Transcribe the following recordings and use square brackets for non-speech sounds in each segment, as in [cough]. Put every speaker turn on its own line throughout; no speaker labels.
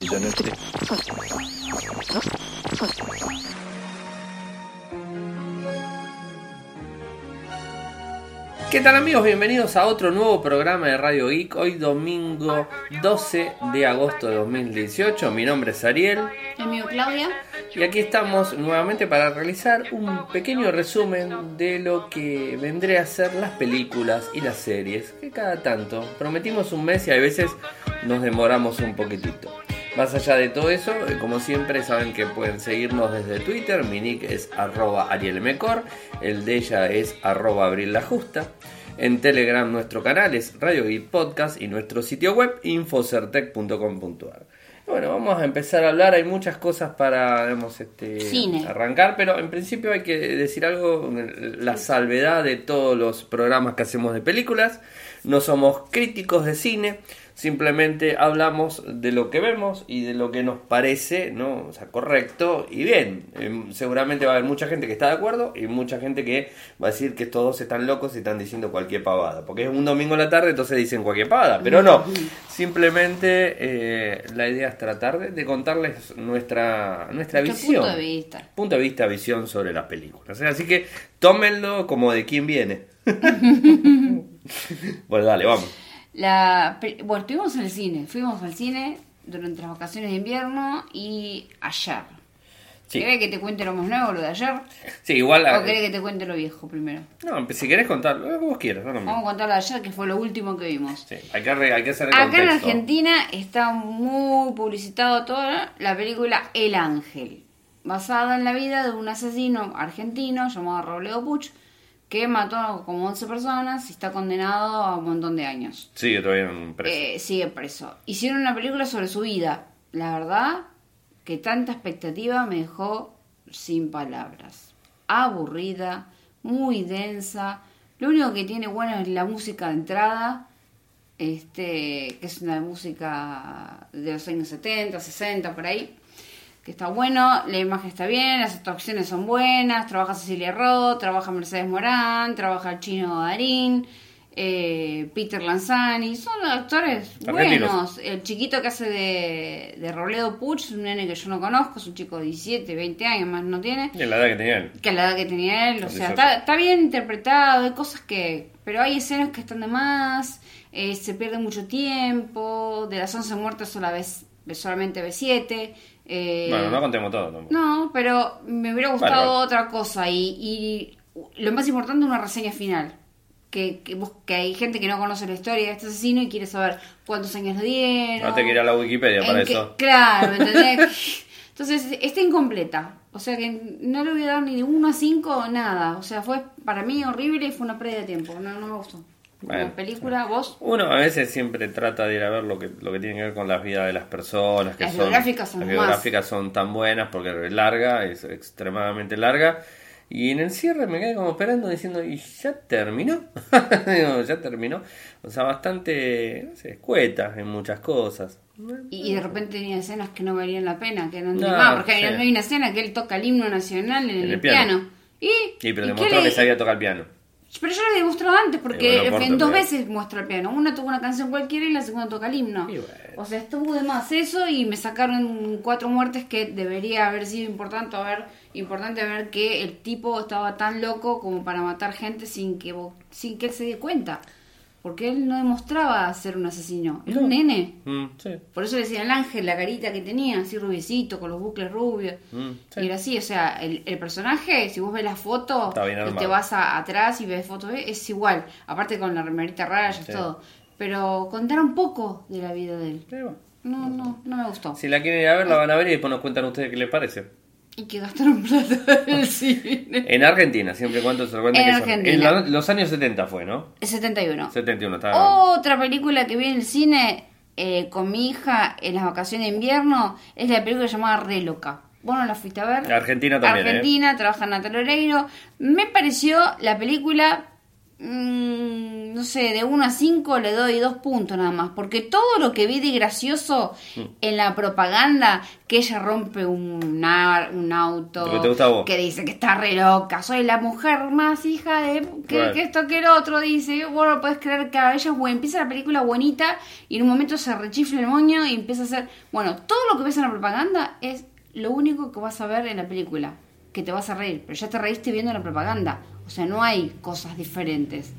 じゃなくて。
¿Qué tal amigos? Bienvenidos a otro nuevo programa de Radio Geek. Hoy domingo 12 de agosto de 2018. Mi nombre es Ariel
El mío Claudia.
y aquí estamos nuevamente para realizar un pequeño resumen de lo que vendré a ser las películas y las series. Que cada tanto prometimos un mes y a veces nos demoramos un poquitito. Más allá de todo eso, eh, como siempre saben que pueden seguirnos desde Twitter, mi nick es arroba arielmecor, el de ella es arroba abrillajusta. En Telegram nuestro canal es Radio Geek Podcast y nuestro sitio web infocertec.com.ar. Bueno, vamos a empezar a hablar, hay muchas cosas para digamos, este,
Cine.
arrancar, pero en principio hay que decir algo, la salvedad de todos los programas que hacemos de películas, no somos críticos de cine, simplemente hablamos de lo que vemos y de lo que nos parece, ¿no? O sea, correcto y bien. Em, seguramente va a haber mucha gente que está de acuerdo y mucha gente que va a decir que estos dos están locos y están diciendo cualquier pavada, porque es un domingo a la tarde, entonces dicen cualquier pavada, pero no. Simplemente eh, la idea es tratar de, de contarles nuestra, nuestra
Nuestro
visión.
punto de vista.
Punto de vista, visión sobre las películas. ¿eh? Así que tómenlo como de
[laughs]
quién viene. bueno, dale, vamos.
La, pe- bueno, estuvimos en el cine. Fuimos al cine durante las vacaciones de invierno y ayer.
Sí.
¿Querés que te cuente lo más nuevo, lo de ayer?
Sí, igual. eh,
¿O querés que te cuente lo viejo primero?
No, si querés contar, lo que vos quieras. No, no,
Vamos a contar lo de ayer, que fue lo último que vimos.
Sí, hay, que, re- hay que hacer el
Acá en
contexto.
Argentina está muy publicitado toda la película El Ángel, basada en la vida de un asesino argentino llamado Robledo Puch, que mató como 11 personas y está condenado a un montón de años.
Sí, todavía en un preso.
Eh, sigue preso. Hicieron una película sobre su vida. La verdad que tanta expectativa me dejó sin palabras. Aburrida, muy densa. Lo único que tiene bueno es la música de entrada, este, que es una música de los años 70, 60, por ahí. Que está bueno, la imagen está bien, las actuaciones son buenas, trabaja Cecilia Roth, trabaja Mercedes Morán, trabaja el chino Darín, eh, Peter Lanzani, son actores
Argentinos.
buenos. El chiquito que hace de, de Robledo Puch es un nene que yo no conozco, es un chico de 17, 20 años más no tiene,
Y en la edad que tenía él.
que a la edad que tenía él, o sea,
18.
está, está bien interpretado, hay cosas que... Pero hay escenas que están de más, eh, se pierde mucho tiempo, de las 11 muertas sola vez, solamente ve 7. eh,
Bueno, no contemos todo tampoco.
no, pero me hubiera gustado
Bueno.
otra cosa y, y lo más importante una reseña final. Que, que, vos- que hay gente que no conoce la historia de este asesino y quiere saber cuántos años le dieron.
No, te quería la Wikipedia
en
para
qué-
eso.
Claro,
[laughs]
¿entendés? Entonces, está incompleta. O sea que no le voy a dar ni de 1 a 5 nada. O sea, fue para mí horrible y fue una pérdida de tiempo. No, no me gustó.
Bueno.
la película, vos,
Uno a veces siempre trata de ir a ver lo que, lo que tiene que ver con las vidas de las personas. Que
Las
son,
biográficas son
las
más.
biográficas son tan buenas porque es larga, es extremadamente larga. Y en el cierre me quedé como esperando diciendo, ¿y ya terminó? [laughs] Digo, ya terminó. O sea, bastante no sé, escueta en muchas cosas.
Y, y de repente tenía escenas que no valían la pena, que no
No,
entendí más, porque
sí.
hay, hay una escena que él toca el himno nacional en,
En el
el
piano.
piano. Y,
Sí, pero
¿y
demostró
qué
que
le-
sabía tocar piano.
Pero yo lo había mostrado antes,
Eh,
porque
bueno, corta,
en dos
pero-
veces muestra el piano. Una tuvo una canción cualquiera y la segunda toca el himno.
Y bueno.
O sea, estuvo de más eso y me sacaron cuatro muertes que debería haber sido importante haber, importante ver que el tipo estaba tan loco como para matar gente sin que, vos- sin que él se dé cuenta. Porque él no demostraba ser un asesino. Era
No.
un nene.
Mm, sí.
Por eso decía el ángel, la carita que tenía, así rubiecito, con los bucles rubios.
Mm, sí.
Y era así, o sea, el, el personaje, si vos ves la foto
Está bien
y te
armado.
vas a- atrás y ves fotos, eh, es igual. Aparte con la remerita raya y
Sí.
todo. Pero contaron poco de la vida de él.
Sí, bueno.
No, no, no me gustó.
Si la quieren ir a ver, la van a ver y después nos cuentan ustedes qué les parece.
Y que gastaron [laughs] plata en el cine.
En Argentina, siempre y cuando se lo cuenten
En
que son-
Argentina.
En la- los años 70 fue, ¿no?
71.
71, estaba.
Otra película que vi en el cine eh, con mi hija en las vacaciones de invierno es la película llamada Reloca. ¿Vos no la fuiste a ver?
Argentina también, eh.
Argentina, trabaja Natalia Oreiro. Me pareció la película mm, no sé, de 1 a 5 le doy 2 puntos nada más, porque todo lo que vi de gracioso
Mm.
en la propaganda, que ella rompe un, ar- un auto,
Lo que te gusta a vos.
que dice que está re loca, soy la mujer más hija de que,
Right.
que esto que el otro, dice, vos no podés creer que a ella es buena, empieza la película bonita y en un momento se rechifla el moño y empieza a hacer, bueno, todo lo que ves en la propaganda es lo único que vas a ver en la película, que te vas a reír, pero ya te reíste viendo la propaganda, o sea, no hay cosas diferentes.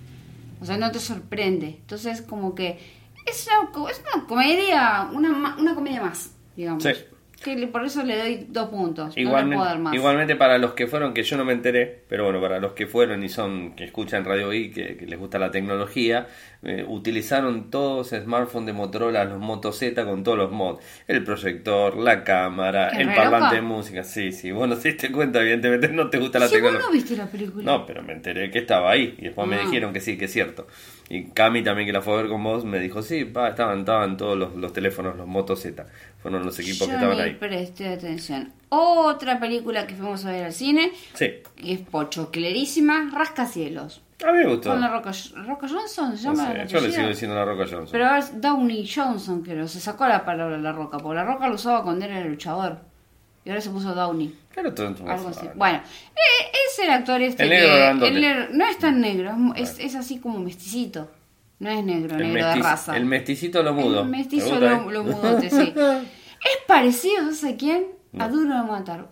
O sea, no te sorprende. Entonces, como que es una, co- es una comedia, una, ma- una comedia más, digamos.
Sí.
Que le- por eso le doy dos puntos. no le puedo dar
Igualmente,
más.
igualmente para los que fueron, que yo no me enteré, pero bueno, para los que fueron y son que escuchan Radio I, que, que les gusta la tecnología, eh, utilizaron todos smartphones de Motorola, los Moto Z con todos los mods, el proyector, la cámara,
¿Qué,
el
re
parlante
loca?
de música, sí, sí, vos no te diste cuenta, evidentemente no te gusta la
si vos
tecnología.
no viste la película.
No, pero me enteré que estaba ahí. Y después me
Ah.
dijeron que sí, que es cierto. Y Cami también, que la fue a ver con vos, me dijo, sí, pa, estaban, estaban todos los, los teléfonos, los Moto Z. Fueron los equipos
yo
que estaban
ni
ahí.
presté atención. Otra película que fuimos a ver al cine,
Sí.
que es pochoclerísima, Rascacielos.
A mí me gustó.
Con la Roca, Roca Johnson, se
No
llama
sé,
el
yo le
apellido?
sigo diciendo la Roca Johnson.
Pero es Downey Johnson, creo. Se sacó la palabra La Roca, porque La Roca lo usaba cuando era el luchador. Y ahora se puso Downey.
claro, todo en tu
Algo
casa,
así.
¿no?
Bueno, eh, es el actor este
El negro
que-
grandote.
el negro- no es tan negro, es, mu- es- es así como mestizito. No es negro,
el,
negro de
mestiz-
raza.
el mesticito lo
El
mudo.
mestizo
¿Te gusta,
lo,
eh?
lo mudote,
[laughs]
sí. Es parecido, ¿sabes a quién? A Duro de Matar.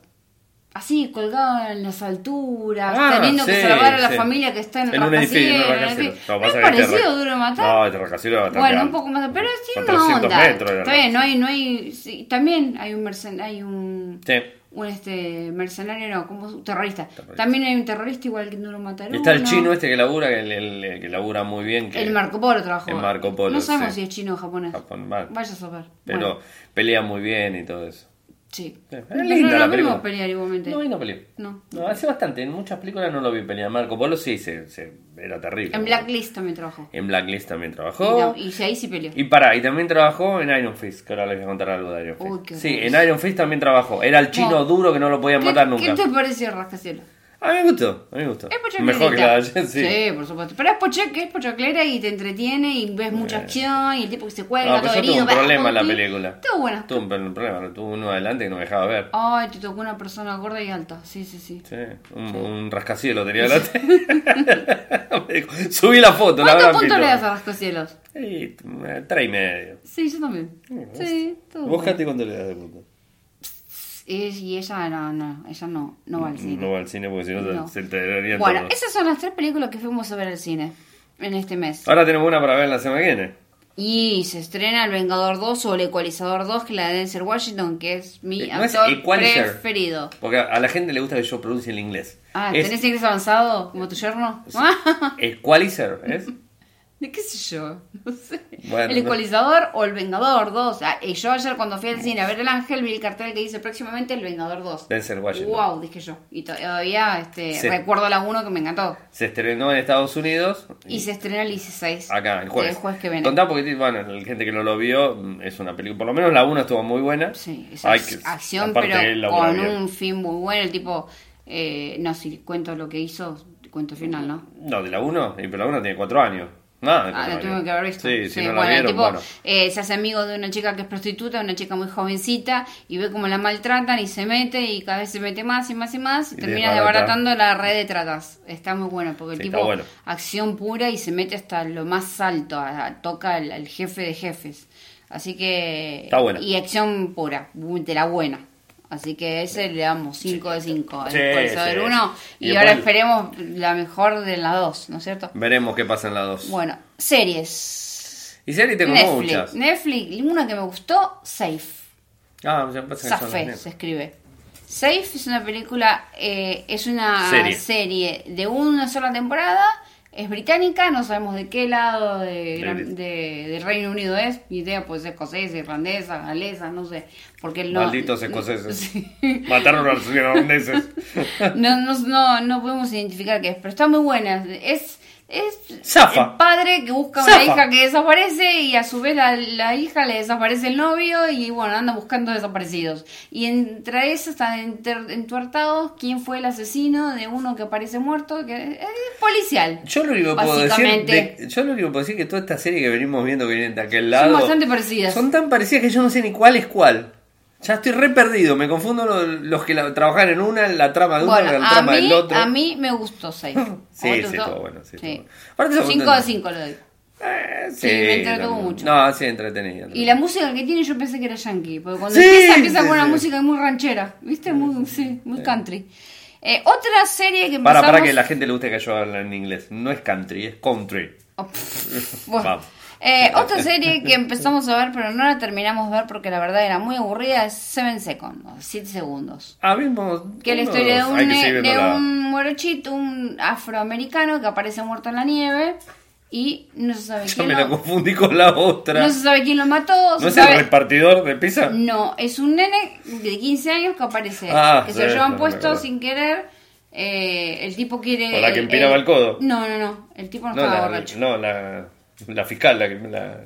Así, colgado en las alturas,
Ah,
teniendo que
sí,
salvar a la
sí.
familia que está en,
en un edificio. en un
Rascacielos, en
rascacielos.
edificio.
pasa
¿No es
que este
parecido
ra-
a Duro de Matar?
No, este rascacielos es bastante
Bueno, un
alto.
poco más, pero sí
Son
una
300
onda.
metros era.
Está bien, no hay, no hay, sí, también hay un mercen, hay un,
Sí.
un este mercenario, no, como un terrorista.
Terrorista.
También hay un terrorista igual que no lo mataron.
Y está el chino este que labura, que, el- el- que labura muy bien. Que
El Marco Polo trabajó.
El Marco Polo,
No sabemos
sí.
si es chino o japonés.
Japón, mal.
Vaya a saber.
Pero
Bueno,
pelea muy bien y todo eso.
sí.
Es
Pero
linda
no lo
la
vimos
película.
pelear igualmente.
No, y no peleó.
No.
No, hace bastante. En muchas películas no lo vi pelear. Marco Polo sí, se, se- era terrible.
En Blacklist también trabajó.
En Blacklist también
Y,
trabajó.
no, y ahí sí peleó.
Y para, y también trabajó en Iron Fist, que ahora les voy a contar algo de Iron Fist.
Uy, qué
sí,
horror.
en Iron Fist también trabajó. Era el chino
Bueno,
duro que no lo podían
¿Qué,
matar
¿Qué
nunca.
te pareció Rascacielos?
A mí me gustó, a mí me gustó.
Es pochoclerita.
Mejor que la de ayer, sí.
por supuesto. Pero es, poche, que es pochoclera y te entretiene y ves mucha acción y el tipo que se cuelga,
No,
todo
pero yo
herido.
tuve un
bah,
problema en la
todo-
película.
Todo bueno.
Tuve un pe- un problema, tuve uno adelante que no me dejaba ver.
Ay, te tocó una persona gorda y alta. Sí, sí, sí.
Sí, un, un rascacielos tenía delante. [laughs] Me dijo, Subí la foto, la
¿Cuántos
verdad.
puntos le das a Rascacielos?
Y, eh, tres y medio.
Sí, yo también. Sí, todo
Vos,
bueno.
Katy, ¿cuánto le das de punto?
Es- Y ella no, no, ella no, no va al cine.
No va al cine porque si no,
No.
se enterarían
Bueno,
todos.
esas son las tres películas que fuimos a ver al cine en este mes.
Ahora tenemos una para ver la semana que viene.
Y se estrena El Vengador 2 o El Ecualizador 2, que es la de Denzel Washington, que es mi
Eh, no es
actor
Equalizer.
preferido.
Porque a a la gente le gusta que yo pronuncie el inglés.
Ah,
es
¿tenés inglés avanzado como tu yerno? Ah,
Equalizer, ¿es?
[laughs] ¿De qué sé yo? No sé.
Bueno,
el
no.
ecualizador o el Vengador 2. Ah, y yo ayer cuando fui al cine a ver el ángel vi el cartel que dice próximamente el Vengador 2.
Denzel Washington.
Wow, dije yo. Y todavía este,
Sí.
recuerdo la 1 que me encantó.
Se estrenó en Estados Unidos.
Y se estrena el 16.
Acá, el jueves.
El jueves que viene.
Contá porque, bueno, la gente que no lo vio, mm, es una película. Por lo menos la 1 estuvo muy buena.
Sí, es
Ay,
ac-
que-
acción,
aparte él
pero
labura
con
bien.
un fin muy bueno. El tipo, eh, no, si cuento lo que hizo, cuento el final, ¿no?
No, de la 1, pero la 1 tiene 4 años. Nada, de
Ah,
cuatro
lo
años.
tuvimos que haber visto.
Sí, si
Sí,
no la
bueno, el
vieron,
tipo
bueno.
eh, se hace amigo de una chica que es prostituta, una chica muy jovencita, y ve cómo la maltratan y se mete, y cada vez se mete más y más y más, y
Y
termina
desbarata.
desbaratando la red de tratas. Está muy bueno, porque el
Sí,
tipo
está bueno.
acción pura y se mete hasta lo más alto, a- a- toca al, al jefe de jefes. Así que...
Está buena.
Y acción pura, bu- de la buena. Así que ese le damos 5 de ¿eh? 5
Sí, sí.
y,
Y
ahora
después-
esperemos la mejor de las dos, ¿no es cierto?
Veremos qué pasa en la 2.
Bueno, series.
Y series tengo
Netflix.
muchas.
Netflix, una que me gustó, Safe.
Ah, ya pasa que son las
Safe
nenas.
se escribe. Safe es una película, eh, es una
Serie.
serie. de una sola temporada. Es británica, no sabemos de qué lado de,
De
Gran-
Brit-
de- del Reino Unido es. Ni idea, pues escocesa, irlandesa, galesa, no sé. Porque no, [laughs]
Malditos escoceses.
Sí.
Mataron a los irlandeses.
[laughs] no, no, no, no podemos identificar qué es, pero está muy buena. Es, Es
Zafa.
el padre que busca
Zafa.
una hija que desaparece y a su vez la, la hija le desaparece el novio y bueno, anda buscando desaparecidos. Y entre esos están enter- entuertados quién fue el asesino de uno que aparece muerto, que es, es policial.
Yo lo único que puedo decir,
Básicamente.
de- yo lo único que puedo decir que toda esta serie que venimos viendo que vienen de aquel
Son
lado
bastante parecidas.
son tan parecidas que yo no sé ni cuál es cuál. Ya estoy re perdido, me confundo lo- los, que la- trabajan en una, en la trama de una,
bueno,
en la
a
trama del
mí,
otro.
a mí me gustó 6.
[laughs] Sí, sí, estuvo bueno, sí, estuvo bueno. Aparte son
5 de
contentos.
5 lo doy.
Eh,
sí, me entretuvo
también.
mucho.
No, sí, entretenido.
Y la música que tiene yo pensé que era yankee, porque cuando
Sí,
empieza empieza
sí,
con una
sí.
música muy ranchera, ¿viste? Muy, sí, muy country. Eh, otra serie que empezamos...
Para, para que la gente le guste que yo hable en inglés. No es country, es country.
Oh, pff, bueno.
Vamos.
Eh, otra serie que empezamos a ver, pero no la terminamos de ver porque la verdad era muy aburrida, es Seven Seconds, 7 segundos.
Habemos.
Que es la
unos-
historia de un,
Hay que seguir
ne-
viendo
de
la-
un morochito, un afroamericano que aparece muerto en la nieve y no se sabe
[laughs] Yo
quién
me la
lo,
confundí con la otra.
no se sabe quién lo mató. se
¿No es
sabe-
el repartidor de pizza?
No, es un nene de 15 años que aparece.
Ah,
que
sí,
se lo llevan
sí, me
puesto
acuerdo.
sin querer. eh, el tipo quiere.
¿O la que empinaba el codo?
No, no, no. El tipo no,
No,
estaba
la,
borracho.
no la, la fiscal, la, que- la,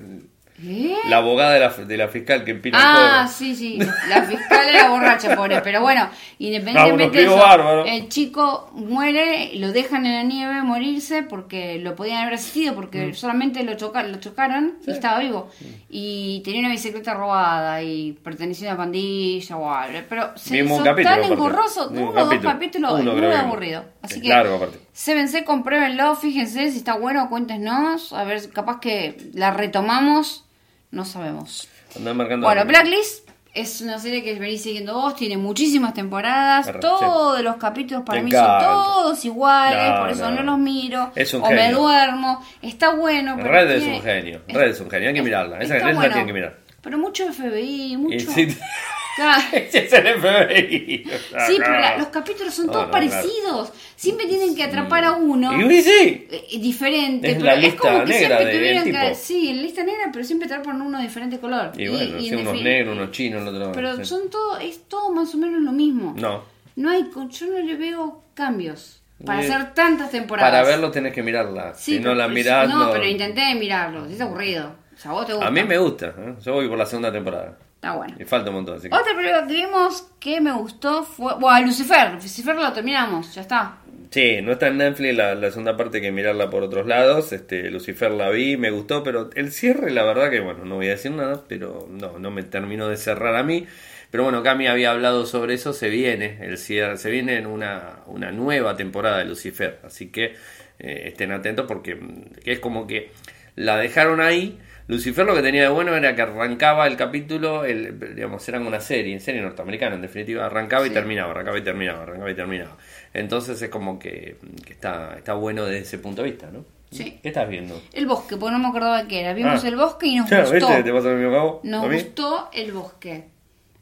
¿Eh?
la abogada de la, de la fiscal que empina
Ah,
el codo.
sí, sí. La fiscal era borracha, pobre. Pero bueno,
Vamos,
independientemente de
los
eso,
pibos bárbaros.
el chico muere, lo dejan en la nieve morirse porque lo podían haber asistido, porque
Mm.
solamente lo, choca- lo chocaron y estaba vivo. Y tenía una bicicleta robada y pertenecía a una pandilla o algo. Pero se
Vimos
hizo
un capítulo,
tan
aparte.
engorroso,
Vimos
uno
un
o dos
capítulo.
capítulos,
Uno,
es muy
creo que vimos.
aburrido. Así
Es
que,
largo, aparte.
Sévense, compruébenlo, fíjense si está bueno, cuéntenos. A ver, capaz que la retomamos, no sabemos.
Andaba marcando.
Bueno, Blacklist es una serie que venís siguiendo vos, tiene muchísimas temporadas,
Arre,
todos los capítulos para
Me
mí
encanta.
son todos iguales,
No,
por eso
no.
no, los miro,
Es un
o me
genio.
duermo, está bueno. pero
Red es
tiene-
un genio. Red es un genio. Hay que mirarla. Esa,
está
esa la
bueno,
tienen que mirar. [laughs]
Pero mucho FBI,
Y
mucho...
sí,
[laughs]
[laughs]
Claro.
ese es el FBI.
Sí, pero la- los capítulos son
No,
todos
no, claro.
parecidos. Siempre tienen que atrapar a uno
Y uy, sí.
eh, diferente.
Es
pero
la
es
lista
como que
negra
siempre
de-
tuvieran
del
que.
tipo.
Sí, en lista negra, pero siempre atrapan uno de diferente color.
Y bueno, sí,
en
unos
defin-
negros, unos chinos, el otro.
Pero
sí.
son todo, es todo más o menos lo mismo.
No.
No hay, co- yo no le veo cambios para
Eh,
hacer tantas temporadas.
Para verlo tenés que mirarla.
Sí,
si no
pero- pues,
la mirás,
No,
no-
pero intenté mirarlo, es aburrido. O sea, vos te gusta.
A mí me gusta. ¿eh? Yo voy por la segunda temporada.
Está bueno.
Y falta un montón. Así que...
Otra película que vimos que me gustó fue. Bueno, Lucifer. Lucifer lo terminamos, ya está.
Sí, no está en Netflix la, la segunda parte hay que mirarla por otros lados. Este, Lucifer la vi, me gustó, pero el cierre, la verdad que bueno, no voy a decir nada, pero no, no me terminó de cerrar a mí. Pero bueno, Cami había hablado sobre eso, se viene, el cierre, se viene en una, una nueva temporada de Lucifer, así que eh, estén atentos porque mm, es como que la dejaron ahí. Lucifer lo que tenía de bueno era que arrancaba el capítulo, el, digamos, eran una serie, serie norteamericana en definitiva, arrancaba y
Sí.
terminaba, arrancaba y terminaba, arrancaba y terminaba. Entonces es como que, que está, está bueno desde ese punto de vista, ¿no?
Sí.
¿Qué estás viendo?
El bosque, porque no me acordaba qué era. Vimos
Ah.
el bosque
[laughs]
y nos
Claro,
gustó.
¿viste? ¿Te pasa lo mismo que a vos?
Nos
¿A mí?
gustó el bosque.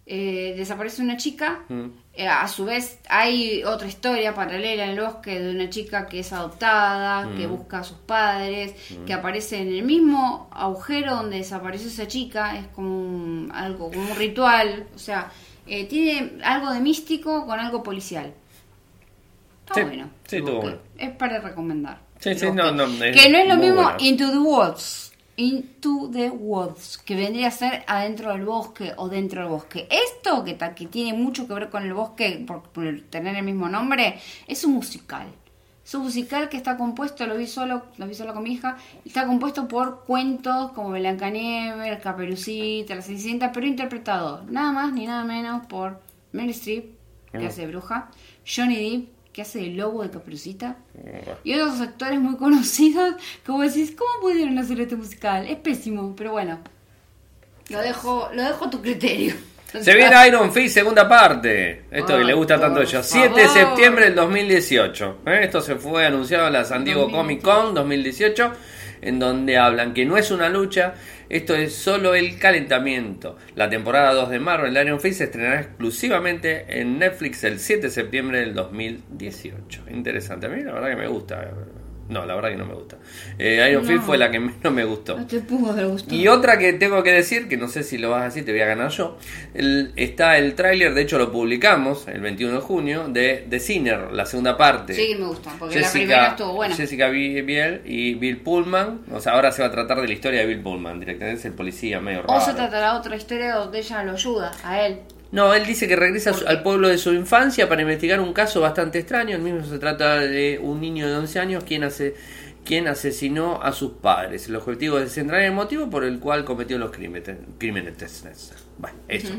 Eh, desaparece una chica.
Mm.
Eh, a su vez, hay otra historia paralela en el bosque de una chica que es adoptada,
Mm.
que busca a sus padres, que aparece en el mismo agujero donde desapareció esa chica. Es como un- algo, como un ritual. O sea, eh, tiene algo de místico con algo policial. Está
Sí,
bueno.
sí,
el
estuvo
bosque.
bueno.
Es para recomendar.
Sí,
el
sí,
bosque.
no, no, es
que no es lo
muy
mismo
buena.
Into the Woods. Into the Woods, que vendría a ser adentro del bosque o dentro del bosque. Esto, que, ta- que tiene mucho que ver con el bosque, por, por tener el mismo nombre, es un musical. Es un musical que está compuesto, lo vi solo, lo vi solo con mi hija, y está compuesto por cuentos como Blancanieves, Caperucita, La Cenicienta, pero interpretado nada más ni nada menos por Meryl Streep, que hace de bruja, Johnny Depp, que hace de lobo de Caperucita,
Mm,
y otros actores muy conocidos, como decís, ¿cómo pudieron hacer este musical? Es pésimo, pero bueno. Lo dejo, lo dejo a tu criterio. [laughs]
Se viene Iron Fist, segunda parte. Esto que
Ay,
le gusta tanto
por
a ellos. 7 de
favor.
septiembre del 2018. ¿eh? Esto se fue anunciado en la San Diego Comic Con 2018, en donde hablan que no es una lucha, esto es solo el calentamiento. La temporada 2 de Marvel Iron Fist se estrenará exclusivamente en Netflix el 7 de septiembre del 2018. Interesante, a mí la verdad que me gusta. No, la verdad que no me gusta. Eh, Iron
No.
Fist fue la que [laughs] menos me gustó.
No te pudo dar gusto.
Y otra que tengo que decir, que no sé si lo vas a decir, te voy a ganar yo. el- está el tráiler, de hecho lo publicamos el 21 de junio, de The Sinner, la segunda parte.
Sí, que me gusta, porque la primera estuvo buena.
Jessica Bi- Biel y Bill Pullman. O sea, ahora se va a tratar de la historia de Bill Pullman, directamente es el policía medio
O se
raro.
tratará otra historia donde ella lo ayuda a él.
No, él dice que regresa a su- al pueblo de su infancia para investigar un caso bastante extraño. El mismo se trata de un niño de 11 años quien, hace, quien asesinó a sus padres. El objetivo es centrar el motivo por el cual cometió los crímenes. crímenes. Bueno, eso.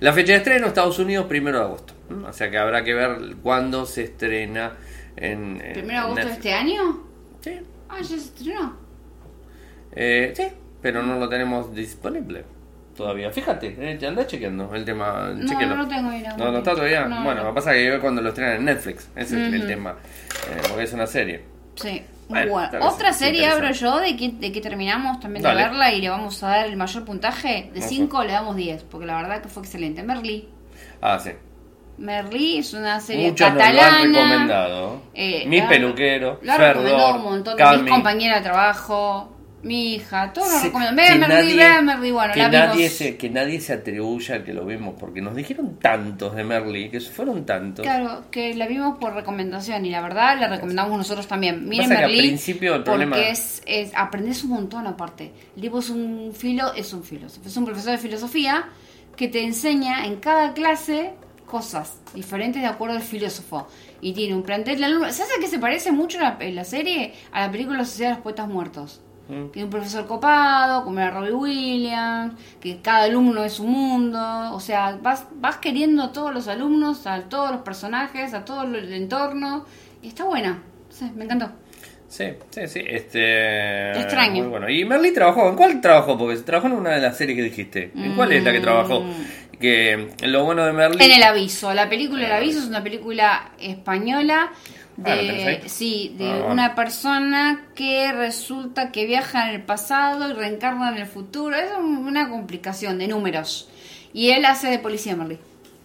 La fecha de estreno, Estados Unidos, primero de agosto. ¿Mm? O sea que habrá que ver cuándo se estrena en. Eh, en
¿Primero de agosto de
Netflix.
este año?
Sí.
Ah, ya se estrenó.
Eh, sí, pero no lo tenemos disponible todavía. Fíjate, eh, andá chequeando el tema.
No,
chequealo.
no lo tengo, mira.
No, no está todavía.
No,
bueno,
no.
pasa que yo cuando lo estrenan en Netflix. Ese es el tema. Eh, porque es una serie.
Sí.
Bueno,
Bueno,
tal vez
otra
es
serie
interesante.
abro yo de que, de que terminamos también
Dale.
de verla y le vamos a dar el mayor puntaje. De
Ojo.
5 le damos 10, porque la verdad que fue excelente. Merlí.
Ah, sí.
Merlí es una serie
Muchos nos lo
catalana.
han recomendado.
Eh,
Mi
la-
peluquero,
La recomendó
Ferdor,
un montón de
Cami.
mis compañeras de trabajo, mi hija, todos lo
Sí,
recomiendan. Vean
que
Merlí,
nadie-
vean Merlí, bueno,
que
la
nadie
vimos.
se Que nadie se atribuya que lo vimos, porque nos dijeron tantos de Merly, que fueron tantos.
Claro, que la vimos por recomendación y la verdad la recomendamos nosotros también. Miren
Pasa que al
Merlí,
principio el problema-
porque es, es- aprendes un montón aparte. El tipo es un filo, es un filósofo, es un profesor de filosofía que te enseña en cada clase cosas diferentes de acuerdo al filósofo y tiene un plantel de alumnos. ¿Sabes a qué se parece mucho la, la serie a la película Sociedad de los Poetas Muertos?
Mm.
Tiene un profesor copado, como era Robbie Williams, que cada alumno es un mundo. O sea, vas, vas queriendo a todos los alumnos, a todos los personajes, a todo el entorno. Y está buena. Sí, me encantó.
Sí, sí, sí. Este,
Extraño.
muy bueno. Y Merly trabajó. ¿En cuál trabajó? Porque trabajó en una de las series que dijiste. ¿En cuál es la que trabajó? Que lo bueno de Merly.
Mm. En El Aviso. La película El Aviso es una película española
Ah, ¿la tenés
de,
ahí?
sí, de
Ah, bueno.
una persona que resulta que viaja en el pasado y reencarna en el futuro. Es un- una complicación de números. Y él hace de policía, Merlí.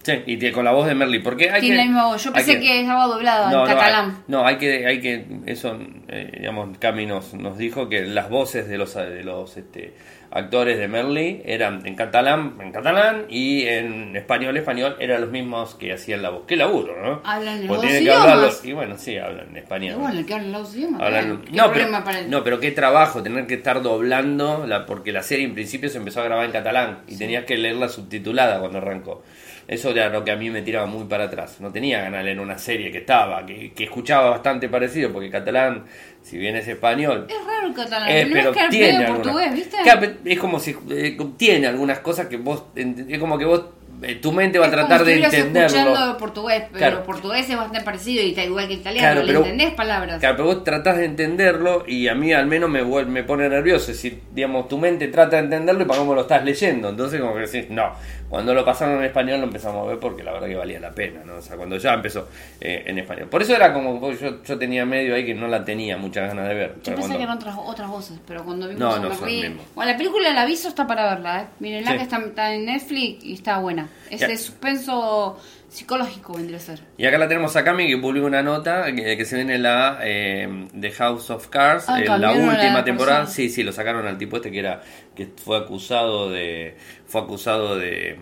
Sí, y tiene- con la voz de Merly. Porque hay
Tiene
que,
la misma voz. Yo
hay
pensé que, estaba doblado
no,
en
no,
catalán.
hay- no, hay que, hay que, eso, eh, digamos, Cami nos, nos dijo que las voces de los, de los este, actores de Merly eran en catalán, en catalán y en español, español, eran los mismos que hacían la voz. Qué laburo, ¿no?
Hablan en
Porque
los
tienen
dos
que hablarlo-
idiomas.
y bueno, sí, hablan en español.
Y bueno, que hablan los idiomas.
Hablar-
claro. ¿Qué
no, pero,
problema para él?
no, pero qué trabajo tener que estar doblando, la, porque la serie en principio se empezó a grabar en catalán y tenías que leerla subtitulada cuando arrancó. Eso era lo que a mí me tiraba muy para atrás. No tenía ganas de leer una serie que estaba, que, que escuchaba bastante parecido, porque catalán, si bien es español,
Es raro el catalán.
eh,
Tendrías
pero
que haber
tiene
pedido
algunas-
portugués, ¿viste?
Claro, pero es como si eh, tiene algunas cosas que vos, ent- es como que vos, eh, tu mente va a
Es como
tratar
si
de
estuvieras
entenderlo.
escuchando portugués, pero
Claro.
el portugués es bastante parecido y está igual que el italiano.
Claro,
le
pero-
entendés palabras.
Claro, pero vos tratás de entenderlo y a mí al menos me, vuel- me pone nervioso. Si, digamos, tu mente trata de entenderlo y para cómo lo estás leyendo. Entonces, como que decís, no. Cuando lo pasaron en español lo empezamos a ver porque la verdad que valía la pena, ¿no? O sea, cuando ya empezó eh, en español. Por eso era como, porque yo, yo tenía medio ahí que no la tenía muchas ganas de ver.
Yo
Pero
pensé
cuando-
que eran otras, otras voces, pero cuando vimos
No,
a
no
Merlí-
son el mismo.
Bueno, la película El Aviso está para verla, ¿eh? Miren, la
Sí.
que está, está en Netflix y está buena. Es
Ya.
de suspenso psicológico, vendría a ser.
Y acá la tenemos a Cami que publica una nota que, que se viene la eh, de House of Cards,
Ah,
eh, la
cambiaron la
última temporada.
persona.
Sí, sí, lo sacaron al tipo este que era que fue acusado de fue acusado de,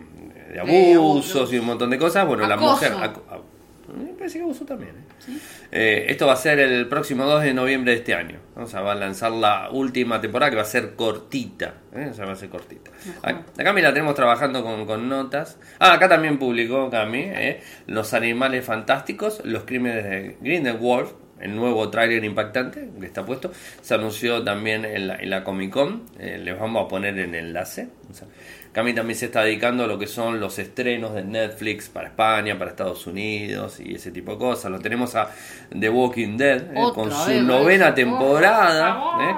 de abusos
abusos.
y un montón de cosas. Bueno, la
Acoso.
mujer acu- a- me parece que abuso también. ¿eh? Eh, esto va a ser el próximo 2 de noviembre de este año. ¿no? O sea, va a lanzar la última temporada que va a ser cortita. ¿eh? O sea, va a ser cortita. Acá, Cami la tenemos trabajando con, con notas. Ah, acá también publicó Cami ¿eh? Los Animales Fantásticos, Los Crímenes de Grindelwald. El nuevo tráiler impactante que está puesto se anunció también en la, en la Comic Con. eh, les vamos a poner el enlace. O sea, Cami también se está dedicando a lo que son los estrenos de Netflix para España, para Estados Unidos y ese tipo de cosas. Lo tenemos a The Walking Dead eh,
Otra
con su
vez,
novena
por
temporada.
favor.
eh.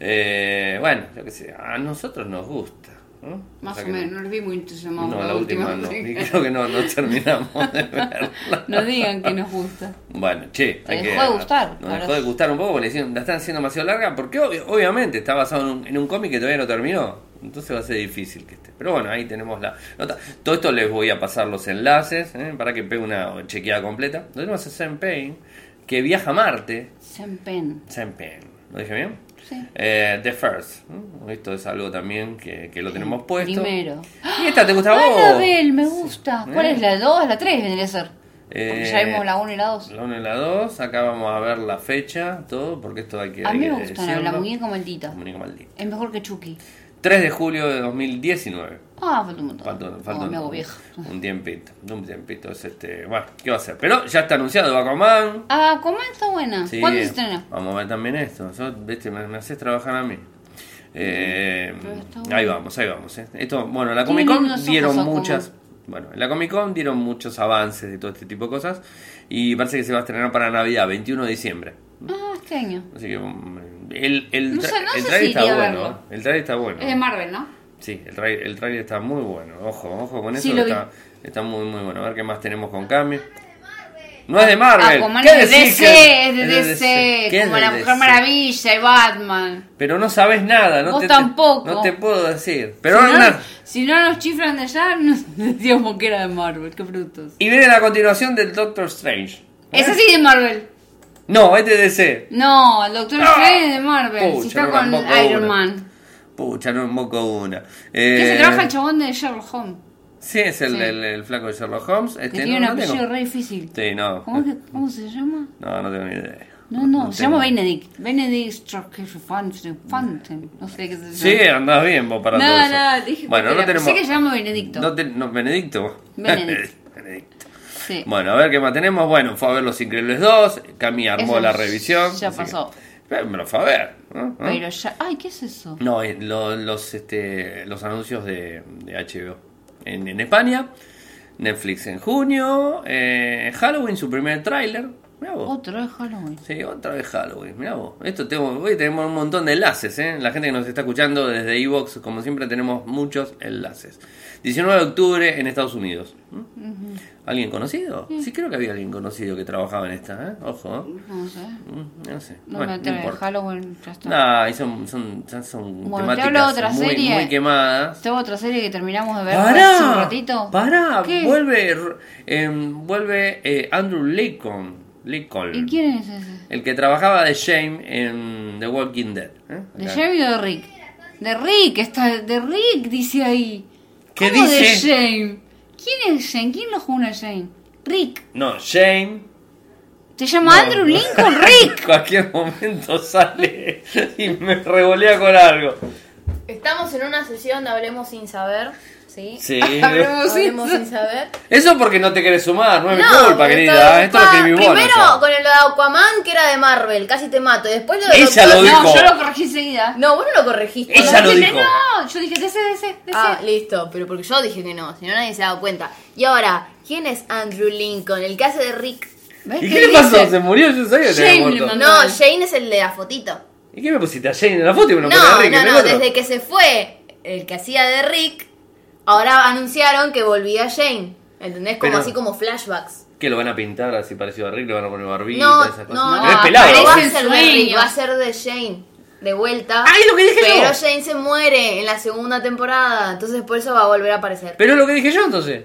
Eh, bueno, yo qué sé, a nosotros nos gusta. ¿no?
Más
sea
o
que no-
menos, no les vi muy entusiasmados.
No,
con
la última no. Y [laughs]
película.
creo que no, no terminamos de verla.
no digan que nos gusta.
Bueno, che,
Te dejó de gustar,
Nos
ahora
dejó de
sí.
gustar un poco porque le hicieron- la están haciendo demasiado larga. Porque ob- obviamente está basado en un, en un cómic que todavía no terminó. Entonces va a ser difícil que esté. Pero bueno, ahí tenemos la nota. Todo esto les voy a pasar los enlaces ¿eh? para que pegue una chequeada completa. Lo tenemos a Senpain, que viaja a Marte.
Sean Penn.
Sean Penn. ¿Lo dije bien?
Sí.
Eh, The First. ¿no? Esto es algo también que, que lo tenemos puesto.
Primero. ¡Ah!
¿Y esta te gusta a vos?
Annabelle, me gusta. ¿Cuál es la 2? La 3 vendría a ser. Porque
Eh,
ya vimos la 1 y la 2.
La 1 y la 2. Acá vamos a ver la fecha, todo, porque esto hay que.
A
hay
mí
que
me gusta Annabelle, la
decirlo.
muñeca maldita.
La muñeca maldita.
Es mejor que Chucky.
3 de julio de 2019.
Ah, falta un montón.
Falta, falta
Oh, me hago
un,
vieja.
un tiempito. Un tiempito. Es este, bueno, ¿qué va a ser? Pero ya está anunciado Aquaman.
Ah, ¿cómo está buena?
Sí,
¿Cuándo se estrena?
Vamos a ver también esto. Yo, viste, me, me haces trabajar a mí. Eh,
Pero está bueno.
ahí vamos, ahí vamos. eh. Esto, bueno, en la
Tiene
Comic Con
lindos ojos,
dieron
Aquaman.
muchas. Bueno, en la Comic Con dieron muchos avances de todo este tipo de cosas. Y parece que se va a estrenar para Navidad, 21 de diciembre.
Ah, este año.
Así que mm, el, el,
No sé-
tra-
no
el
sé
trailer
si iría
está
a
bueno.
verlo.
eh. El trailer está bueno.
Es de Marvel, ¿no?
Sí, el trailer, el trailer está muy bueno. Ojo, ojo con eso.
Sí, lo vi.
está, está muy, muy bueno. A ver qué más tenemos con Cami. No es de Marvel.
Aquaman
¿Qué
Ah, es de
decís
DC,
que-
es de
¿Qué
DC.
es
Como
de
la
DC?
Mujer Maravilla y Batman.
Pero no sabes nada. No
Vos
te,
tampoco.
No te puedo decir. Pero
si,
Hernán,
no, si no nos chiflan de allá, nos [laughs] decíamos que era de Marvel. Qué frutos.
Y viene la continuación del Doctor Strange. ¿Eh?
Es así de Marvel.
No, es de DC.
No, el Doctor
Ah.
Strange es de Marvel.
Pucha,
si está
no,
con
tampoco
Iron
una.
Man.
Pucha, no invoco una.
Que
Eh,
se trabaja el chabón de Sherlock Holmes.
Sí, es el,
Sí.
el- el flaco de Sherlock Holmes. Este,
Que tiene un
no, no tengo-
apellido re difícil.
Sí, no.
¿Cómo, es que- cómo se llama?
No, no tengo ni idea.
No, no, se llama
tengo.
Benedict. Benedict Strauss-Fanten. No sé qué se llama.
Sí, andás bien vos para
no,
todo eso.
no, dije
Bueno, no
cualquiera.
tenemos...
Sé que se llama Benedicto.
No te- no, Benedicto.
Benedicto.
[laughs] Benedicto.
sí.
Bueno, a ver qué más tenemos. Bueno, fue a ver Los Increíbles 2. Cami armó
Eso
la revisión.
ya
así que-
pasó.
Eh, me lo fue a ver. ¿no? ¿no?
Pero ya. Ay, ¿qué es eso?
No, eh, lo- los, este, los anuncios de, de HBO en, en España. Netflix en junio. eh, Halloween, su primer tráiler. Mirá vos.
Otro de Halloween.
Sí, otra vez Halloween, mirá vos. Esto tengo, hoy tenemos un montón de enlaces, ¿eh? La gente que nos está escuchando desde Evox, como siempre, tenemos muchos enlaces. 19 de octubre en Estados Unidos. ¿Mm? ¿Alguien conocido? Sí, creo que había alguien conocido que trabajaba en esta, ¿eh? Ojo, ¿eh?
No sé.
Mm, No sé.
No
Bueno,
me
no
atrevo.
importa.
Halloween ya está.
Nah, y son, son, ya son
Bueno, te hablo de
temáticas
otra
muy,
serie.
muy quemadas.
Tengo otra serie que terminamos de ver hace un
¡Para!
ratito.
¡Para!
¿Qué?
Vuelve, r- em, vuelve eh, Andrew Lincoln. Lincoln.
¿Y quién es ese?
El que trabajaba de Shame en The Walking Dead. ¿eh?
¿De
Acá.
Jamie o de Rick? De Rick, está. De Rick, dice ahí.
¿Qué
¿Cómo
dice?
de Shane? ¿Quién es Shane? ¿Quién lo jugó a Shane? Rick.
No, Shame.
Te llama Andrew Lincoln Rick.
En cualquier momento sale y me revolea con algo.
Estamos en una sesión de Hablemos sin saber, ¿sí?
Sí.
Hablemos sin
Hablemos sin saber.
Eso porque no te querés sumar, no es mi culpa,
porque
querida.
todo-
Esto lo escribí vos.
Primero
no yo.
con el de Aquaman, que era de Marvel, casi te mato. y Después lo de
Ella [laughs]
Doctor-
lo dijo.
No, yo lo corregí enseguida.
No, vos no lo corregiste.
Ella
¿no?
lo
Dije,
dijo.
No, yo dije, DC, DC, DC.
Ah, listo, pero porque yo dije que no, si no nadie se daba cuenta. Y ahora, ¿quién es Andrew Lincoln? El que hace de Rick.
¿Ves
¿Y
qué
qué le pasó?
dice?
¿Se murió? Yo sabía que te había
Shame le
muerto.
mandó.
No, Shane es el de la fotito.
¿Y qué me pusiste a Jane en la foto y me lo
No,
pones a
no,
Rick, en el
no,
otro?
desde que se fue el que hacía de Rick, ahora anunciaron que volvía Shane. ¿Entendés? Como
Pero-
así como flashbacks.
¿Qué lo van a pintar así parecido a Rick? ¿Le van a poner barbita?
No,
esas
no,
cosas?
no,
es
no,
pelado.
no va
¿eh?
a
Parece
ser de
sueño.
Rick, va a ser de Shane. De vuelta.
Ah, es lo que dije yo.
pero Shane se muere en la segunda temporada, entonces por eso va a volver a aparecer.
Pero es lo que dije yo entonces.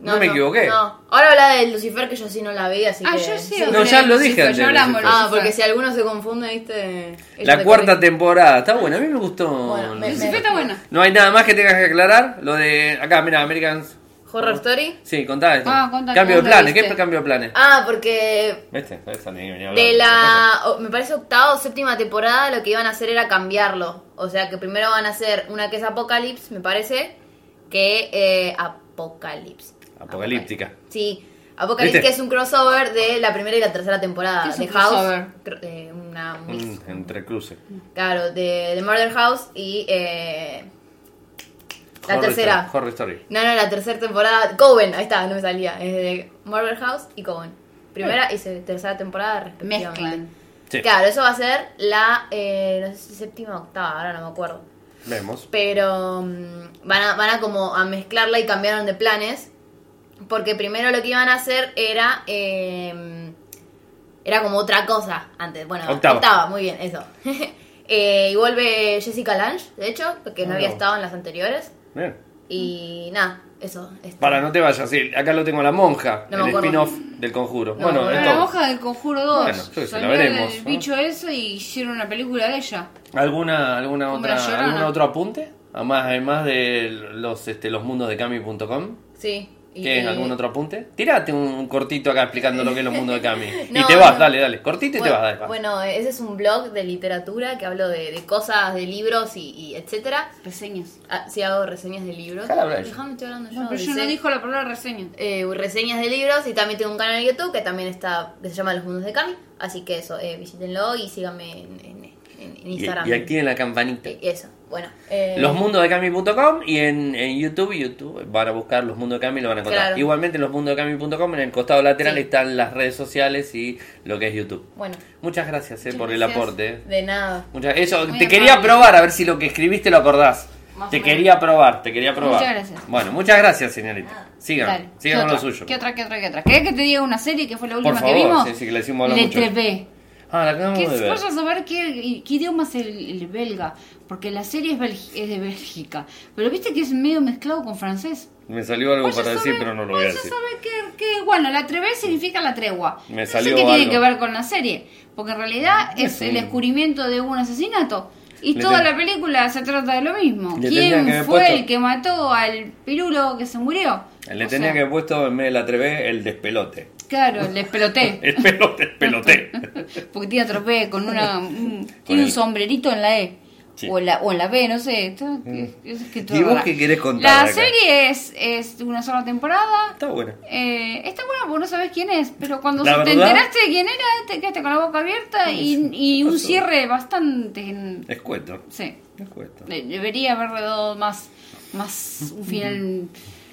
No, me equivoqué.
No. Ahora habla de Lucifer, que yo sí no la vi, así
Ah,
que...
yo sí.
No, ya lo dije antes,
yo hablamos,
Lucifer.
Ah,
Lucifer.
porque si alguno se confunde, viste... ella
La
te
cuarta
corrige.
temporada, está buena, a mí me gustó.
Bueno, me-
Lucifer está buena.
No hay nada más que tengas que aclarar. Lo de. Acá, mira, Americans.
Horror Story.
Sí, contá esto.
Ah, contá,
cambio de
¿dónde
planes. ¿Qué
viste?
cambio de planes?
Ah, porque
¿Viste? Sabés, Sandy, que venía
De
hablando.
la, o- me parece octava o séptima temporada, lo que iban a hacer era cambiarlo. O sea, que primero van a hacer una que es Apocalypse, me parece, que eh, Apocalypse.
Apocalíptica.
Sí, Apocalypse
¿Viste?
que es un crossover de la primera y la tercera temporada
¿Qué es
de
un
House.
crossover?
cr- eh, una mix,
Un entrecruce.
claro, de, de Murder House y eh, la
Horror
tercera.
Story, Horror Story.
No, no, la tercera temporada. Coven, ahí está, no me salía. Es de Murder House y Coven. Primera y se- tercera temporada respectivamente.
Mezclan.
Sí.
Claro, eso va a ser la eh, no sé si séptima o octava, ahora no me acuerdo.
Vemos.
Pero mm, van, a, van a como a mezclarla y cambiaron de planes. Porque primero lo que iban a hacer era. eh, era como otra cosa antes. Bueno,
Octava.
muy bien, eso. [laughs] Eh, y vuelve Jessica Lange, de hecho, porque no
Ah,
había
no.
estado en las anteriores.
Bien.
Y nada, eso. este,
Mm.
Para, no te vayas. Sí, acá lo tengo a la monja.
No
el
me acuerdo.
spin-off. del conjuro.
No,
bueno,
no,
de
la
todo.
hoja del conjuro 2.
Bueno, yo qué sé, la
Salió
veremos,
el
¿no?
bicho ese y hicieron una película de ella.
¿Alguna, alguna
Como la
otra,
Llorona.
¿Algún otro apunte? Además, además de los, este, los mundos de Cami.com.
Sí. y-
¿Tienes
eh,
algún otro apunte? Tírate un cortito acá explicando lo que es los
[laughs]
mundos de Cami. y
No,
te vas,
no.
dale, dale. Cortito y te
Bueno,
vas, dale. va.
bueno, ese es un blog de literatura que hablo de, de cosas, de libros y, y etcétera.
Reseñas.
Ah, sí hago reseñas de libros.
Dejala hablar ella.
Déjame, estoy hablando yo.
No, pero yo
dice.
no dijo la palabra reseña.
Eh, reseñas de libros y también tengo un canal de YouTube que también está, que se llama Los Mundos de Cami. Así que eso, eh, visítenlo y síganme en, en- en- en
y,
Instagram.
y activen la campanita.
Eh, Eso, bueno. eh,
Los mundos de Cami.com y en, en YouTube, YouTube van a buscar los mundos de Cami y lo van a encontrar.
Claro.
Igualmente, los mundos de Cami.com en el costado lateral
Sí.
están las redes sociales y lo que es YouTube.
Bueno,
Muchas gracias eh,
Muchas
por el
gracias.
aporte. eh.
de nada.
Muchas, eso,
Muy
te quería
amable.
probar a ver si lo que escribiste lo acordás.
Más
te
o menos.
quería probar, te quería probar.
Muchas gracias. Ah.
Bueno, muchas gracias, señorita.
Dale.
Sigan,
¿Qué
sigan con lo
otra?
suyo.
¿Qué otra, qué otra, qué otra? ¿Querés que te diga una serie que fue la última
favor,
que vimos?
sí, sí, que la hicimos hablar
Le
mucho.
Trevé.
Ah, la acabamos
Que
de ver.
vaya a saber qué, qué idioma es el, el belga, porque la serie es, belgi- es de Bélgica, pero viste que es medio mezclado con francés.
Me salió algo
Vaya
para
a
decir,
saber-
pero no lo voy a
vaya
decir.
saber qué- qué- bueno, la trevé significa la tregua.
Me
no
salió
sé qué
algo.
tiene que ver con la serie, porque en realidad es
Es un-
el descubrimiento de un asesinato. Y
Le
toda
ten-
la película se trata de lo mismo.
Le tendrían
¿Quién
que haber
fue
puesto-
el que mató al pirulo que se murió?
Le
O
tenía
sea,
que haber puesto en vez de la atrevé el despelote.
Claro, les
[laughs]
peloté.
El pelote, el
[laughs]
pelote.
Porque tiene atropé con una un-
Con
tiene
el-
un sombrerito en la E.
Sí. Mm.
O, en la, o en la B, no sé. esto- es que todo
¿Y vos
raro.
qué querés contar
La
acá?
serie es, es una sola temporada.
Está bueno.
Eh, está buena porque no sabes quién es, pero cuando
La
te
verdad-
enteraste de quién era, te quedaste con la boca
[laughs]
abierta y, y un cierre bastante...
Eh, Escueto.
Sí,
Escueto.
de- debería haber dado más, más un final...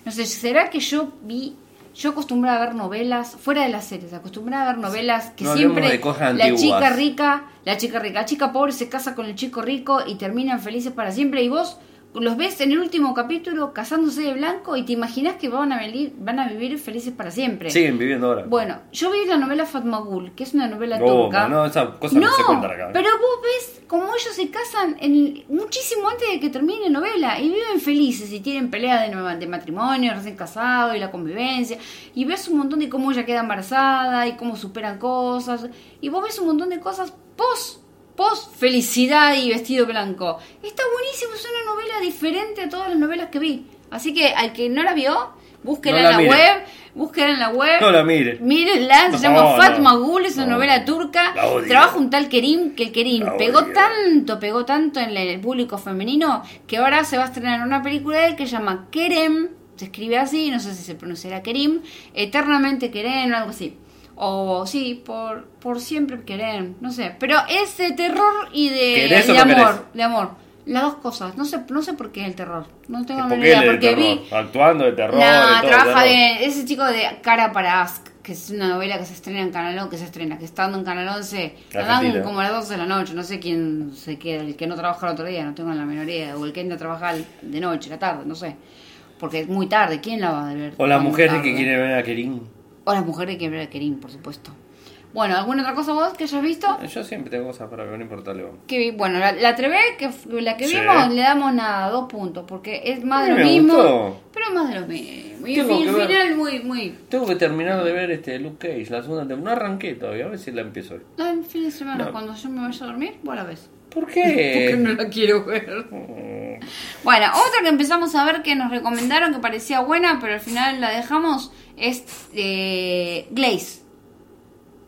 No sé, ¿será que yo vi... Yo acostumbraba a ver novelas, fuera de las series, acostumbraba a ver novelas que
No hablemos
siempre
de cosas
la
antiguas.
chica rica, la chica rica, la chica pobre se casa con el chico rico y terminan felices para siempre y vos los ves en el último capítulo casándose de blanco y te imaginas que van a, venir, van a vivir felices para siempre.
Siguen viviendo ahora.
Bueno, yo vi la novela Fatmagul, que es una novela
No,
turca.
no, esas cosas no se cuentan acá.
Pero vos ves cómo ellos se casan en- muchísimo antes de que termine la novela y viven felices y tienen pelea de, nueva- de matrimonio, recién casado y la convivencia. Y ves un montón de cómo ella queda embarazada y cómo superan cosas. Y vos ves un montón de cosas post, post felicidad y vestido blanco. Está buenísimo, es una novela diferente a todas las novelas que vi. Así que al que no la vio, búsquela
No
en
la
la
mire.
web. Búsquela en la web.
No la mire.
Mírenla, se
No,
llama
no.
Fatma Gul, es una
No.
novela turca.
La odio.
Trabaja un tal Kerim, que el Kerim
La
pegó
odio.
tanto, pegó tanto en el público femenino, que ahora se va a estrenar una película de él que se llama Kerem, se escribe así, no sé si se pronunciará Kerim, Eternamente Kerem o algo así. O sí, por, por siempre Kerem, no sé. Pero es de terror y de,
¿Querés o
de
no
amor,
querés?
de amor. Las dos cosas, no sé, no sé por qué es el terror, no tengo
¿Por
ni
qué
idea,
él es de
porque vi,
terror? Actuando de terror. y
no,
todo,
trabaja
terror.
bien. Ese chico de Cara para Ask, que es una novela que se estrena en Canal 11, que se estrena, que está dando en Canal 11, la dan
Argentina.
como a las 12 de la noche, no sé quién se queda, el que no trabaja el otro día, no tengo la menor idea, o el que entra a trabajar de noche, la tarde, no sé. Porque es muy tarde, ¿quién la va a ver?
O las
tan
mujeres que
tarde?
quieren ver a Kerim.
O las mujeres que ver a Kerim, por supuesto. Bueno, ¿alguna otra cosa vos que hayas visto?
Yo siempre tengo cosas para ver, no importa, le vamos.
Que, vi- bueno, la, la Trevé, que f- la que
Sí.
vimos, le damos nada, dos puntos, porque es más de
A mí
lo
me
mismo.
gustó.
Pero es más de lo mismo. Y el
Tengo que ver.
final muy, muy.
Tengo que terminar de ver este Luke Cage, la segunda temporada. No arranqué todavía, a ver si la empiezo hoy.
No, en fin de semana,
No. Eh.
cuando yo me vaya a dormir, vos la ves.
¿Por
Porque
qué?
no la quiero ver. Bueno, otra que empezamos a ver que nos recomendaron que parecía buena, pero al final la dejamos, es eh, Glaze.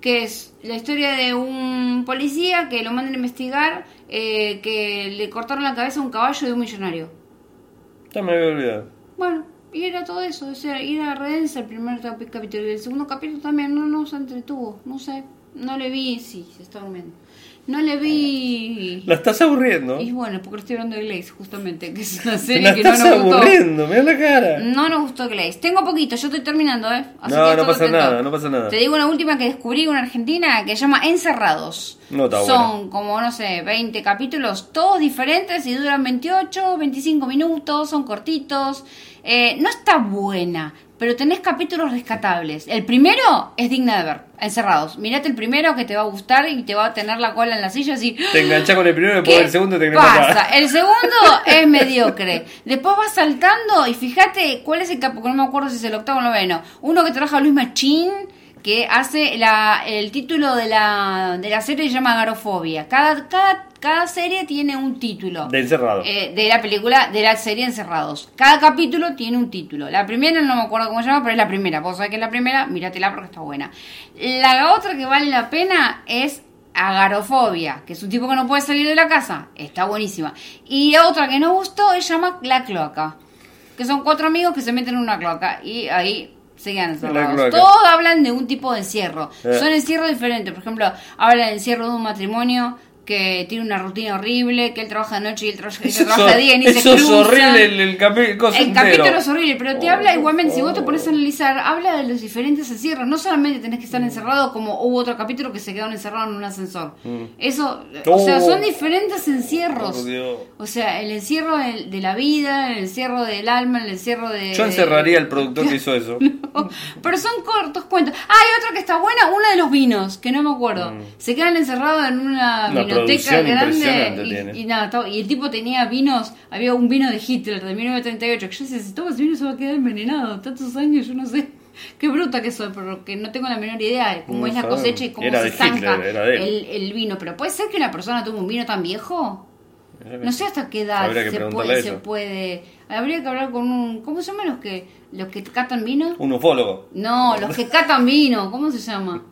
Que es la historia de un policía que lo mandan a investigar eh, que le cortaron la cabeza a un caballo de un millonario.
Ya me había olvidado.
Bueno, y era todo eso, o sea, ir a redensa el primer cap- capítulo y el segundo capítulo también no nos entretuvo, no sé, no le vi, sí, se está durmiendo, no le vi...
La estás aburriendo.
Y bueno, porque estoy hablando de Glaze, justamente, que es una
La
serie que no
estás
nos gustó. Mm.
aburriendo, mira la cara.
No nos gustó Glaze. Tengo poquito, yo estoy terminando, ¿eh?
No,
que
no
esto
pasa
te toca.
nada, no pasa nada.
Te digo una última que descubrí, una argentina, que se llama Encerrados.
No está
Son como, no sé, 20 capítulos, todos diferentes y duran 28, 25 minutos, son cortitos. Eh, no está buena, pero tenés capítulos rescatables. El primero es digna de ver, Encerrados. Mirate el primero que te va a gustar y te va a tener la cola en la silla así...
Te enganchás con el primero y
¿Qué
después el segundo te
pasa?
[laughs]
El segundo es mediocre. Después vas saltando y fíjate cuál es el capítulo, no me acuerdo si es el octavo o noveno. Uno que trabaja Luis Machín, que hace la, el título de la, de la serie se llama Garofobia. Cada, cada, cada serie tiene un título.
De encerrado.
Eh, de la película, de la serie Encerrados. Cada capítulo tiene un título. La primera no me acuerdo cómo se llama, pero es la primera. Vos sabés que es la primera, míratela porque está buena. La otra que vale la pena es Agarofobia, que es un tipo que no puede salir de la casa. Está buenísima. Y la otra que no gustó se llama La Cloaca. Que son cuatro amigos que se meten en una cloaca y ahí se quedan encerrados.
cloaca.
Todos hablan de un tipo de encierro.
Eh.
Son encierros diferentes. Por ejemplo, hablan de encierro de un matrimonio que tiene una rutina horrible, que él trabaja de noche y él trabaja, ella
Eso,
trabaja de día y ni se
eso es
cruzan.
horrible el, el capi- cosa
El
entero.
capítulo es horrible, pero te
Oh,
habla igualmente, si vos te
oh.
pones a analizar, habla de los diferentes encierros. No solamente tenés que estar encerrado como hubo otro capítulo que se quedaron encerrados en un ascensor. Eso, o sea,
Mm. Oh.
son diferentes encierros.
Por Dios.
O sea, el encierro del- de la vida, el encierro del alma, el encierro de...
Yo encerraría al productor que hizo eso.
Pero son cortos cuentos. Ah, hay otra que está buena, una de los vinos, que no me acuerdo. Se quedan encerrados en una,
Mm. Una
vinoteca
producción impresionante
grande.
tiene.
Y, y nada, estaba- y el tipo tenía vinos, había un vino de Hitler de 1938. Que yo decía, si tomas ese vino se va a quedar envenenado. Tantos años, yo no sé. [laughs] Qué bruta que soy, porque no tengo la menor idea de cómo
No
es la
sabe.
cosecha y cómo
Era
se
de Hitler,
zanca
era de él.
el, el vino. Pero puede ser que una persona tome un vino tan viejo. [laughs] No sé hasta qué edad
Habría que
se,
preguntarle
puede, se
eso.
puede. Habría que hablar con un. ¿Cómo se llaman los que, los que catan vino?
Un ufólogo.
No, los que catan vino, ¿cómo se llama?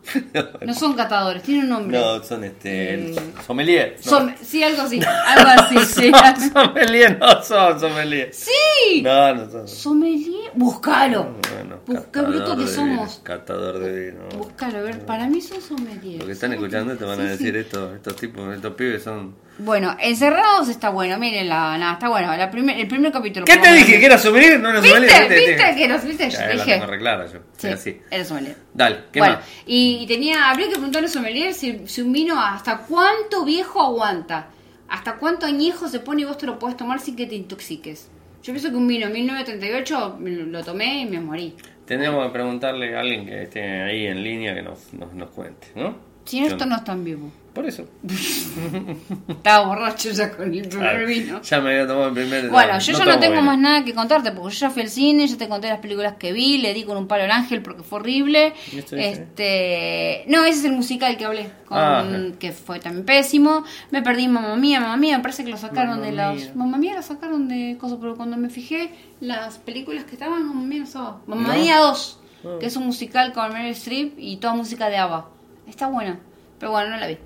No son catadores, tienen un nombre.
No, son este.
Mm.
el- Sommelier. no.
Som- sí, algo así, algo así, sí.
[laughs] No, sommelier no son sommelier.
¡Sí!
No, no son.
Sommelier, búscalo.
Bueno,
Bus- qué
catador
brutos que
de
somos.
vino, Catador de vino.
Búscalo, a ver, para mí son sommelier.
Los que están escuchando te van a decir esto, estos tipos, estos pibes son.
Bueno, Encerrados está bueno, miren la, nada, está bueno, la primer- el primer capítulo.
¿Qué
por
te
lo
dije?
menos.
¿Que era sommelier? No era sommelier.
¿Viste? ¿Viste? Que los viste, yo
Ya,
te
la
dije.
tengo reclara yo.
Sí,
Era así.
era sommelier.
Dale, ¿qué
bueno,
más?
y, y tenía, habría que preguntarle a sommelier si, si un vino hasta cuánto viejo aguanta, hasta cuánto añejo se pone y vos te lo puedes tomar sin que te intoxiques. Yo pienso que un vino 1938 me lo lo tomé y me morí.
Tendríamos que preguntarle a alguien que esté ahí en línea que nos, nos, nos cuente, ¿no?
Si no,
Yo
esto no es tan vivo.
Por
[laughs]
eso.
Estaba borracho ya con el primer
Ah,
vino.
Ya me había tomado el primer.
Bueno, yo ya no
tomo
tengo
vino.
más nada que contarte porque yo ya fui al cine, ya te conté las películas que vi, le di con un palo al ángel porque fue horrible.
¿Y esto dice?
Este, no, ese es el musical que hablé, con-
Ah, ajá.
que fue también pésimo. Me perdí mamá mía, mamá mía, me parece que lo sacaron
Mamma
de
Mía.
los mamá mía lo sacaron de cosas, pero cuando me fijé las películas que estaban mamá mía no estaba. Mamma
No. Ah.
mía 2, que es un musical con Meryl Streep y toda música de ABBA. Está buena, pero bueno, no la vi.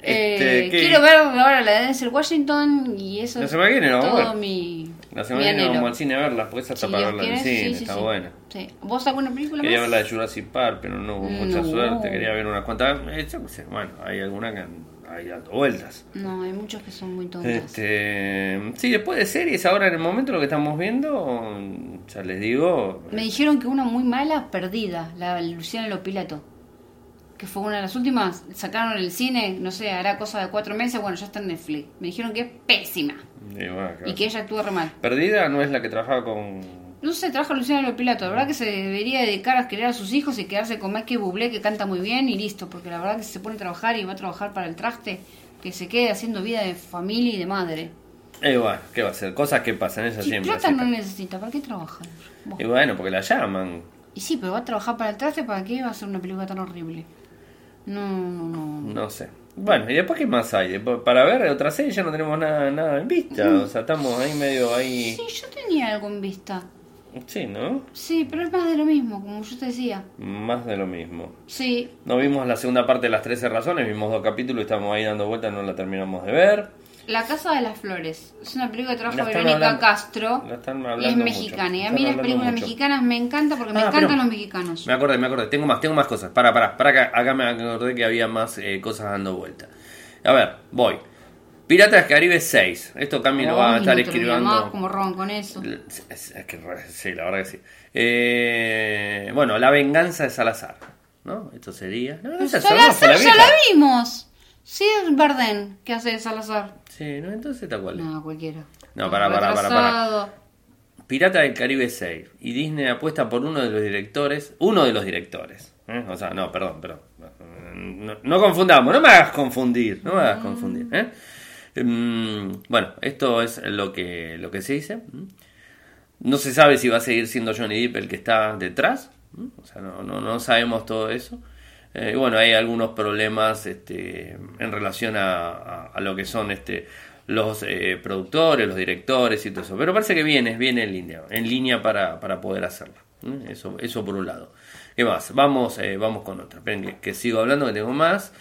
Este,
Eh,
¿qué?
quiero ver ahora la de Denzel Washington y eso
La
es
semana que viene la vamos a
todo
ver.
mi,
La
mi
semana que
anhelo.
viene vamos al cine a verla, porque esa está
Si
para
Dios
verla en el
quiere,
cine,
sí, sí,
está
sí.
buena.
Sí. ¿Vos alguna película
Quería
más?
ver la de Jurassic Park, pero no hubo mucha
Mm, No.
suerte. Quería ver unas cuantas. eh, yo qué sé, bueno, hay algunas que han- hay dando vueltas.
No, hay muchos que son muy tontos.
Este, sí, después de series, ahora en el momento lo que estamos viendo, ya les digo.
Me dijeron que una muy mala, perdida, la de Luciana Lopilato. Que fue una de las últimas, sacaron el cine, no sé, hará cosa de cuatro meses, bueno, ya está en Netflix. Me dijeron que es pésima
y bueno, claro.
y que ella actúa re mal.
Perdida no es la que trabajaba con.
No sé, trabaja Luciana Lopilato, la verdad que se debería dedicar a criar a sus hijos y quedarse con Mike Bublé que canta muy bien y listo, porque la verdad que si se pone a trabajar y va a trabajar para el traste, que se quede haciendo vida de familia y de madre.
Eh, bueno, ¿qué va a ser? Cosas que pasan, ella
Si
siempre.
plata
así
no
está.
necesita, ¿para qué trabaja? Bueno.
Y bueno, porque la llaman.
Y sí, pero va a trabajar para el traste, ¿para qué va a hacer una película tan horrible? No, no, no.
No sé. Bueno, ¿y después qué más hay? Después, para ver otra serie ya no tenemos nada, nada en vista. O sea, estamos ahí medio ahí.
Sí, yo tenía algo en vista.
Sí, ¿no?
Sí, pero es más de lo mismo, como yo te decía.
Más de lo mismo.
Sí,
No vimos la segunda parte de las 13 razones, vimos dos capítulos, estamos ahí dando vueltas, no la terminamos de ver.
La Casa de las Flores. Es una película que trabaja
La están
Verónica
hablando-
Castro.
la están
y es
hablando mucho.
mexicana. Y a
Están
mí las
hablando
películas
mucho.
mexicanas me encantan porque me
Ah,
encantan
pero-
los mexicanos.
Me acordé, me acordé, tengo más, tengo más cosas. Para, para, para acá, acá me acordé que había más eh, cosas dando vueltas. A ver, voy. Piratas del Caribe 6. Esto Cami lo va a
Ay,
estar
no te lo llamabas
escribiendo.
como ron con eso.
Es- es- es que re- sí, la verdad que sí. Eh, bueno, la venganza de Salazar. ¿No? Esto sería. No, esa es Sornosa,
Salazar
la
ya
vieja.
la vimos. Sí, es Bardem que hace de Salazar.
Sí, no, entonces tal cual. es.
No, cualquiera.
No, pará, pará, pará, pará.
Retrasado.
Pirata del Caribe 6. Y Disney apuesta por uno de los directores. Uno de los directores. ¿eh? O sea, no, perdón, perdón. No, no confundamos, no me hagas confundir. No me hagas confundir. ¿eh? Mm, bueno, esto es lo que, lo que se dice. No se sabe si va a seguir siendo Johnny Depp el que está detrás. ¿m? O sea, no, no, no sabemos todo eso. Eh, y bueno, hay algunos problemas este, en relación a, a- a lo que son este, los eh, productores, los directores y todo eso. Pero parece que viene, viene en línea, en línea para, para poder hacerlo. ¿m? Eso, eso por un lado. ¿Qué más? Vamos, eh, vamos con otra. Esperen que, que sigo hablando, que tengo más.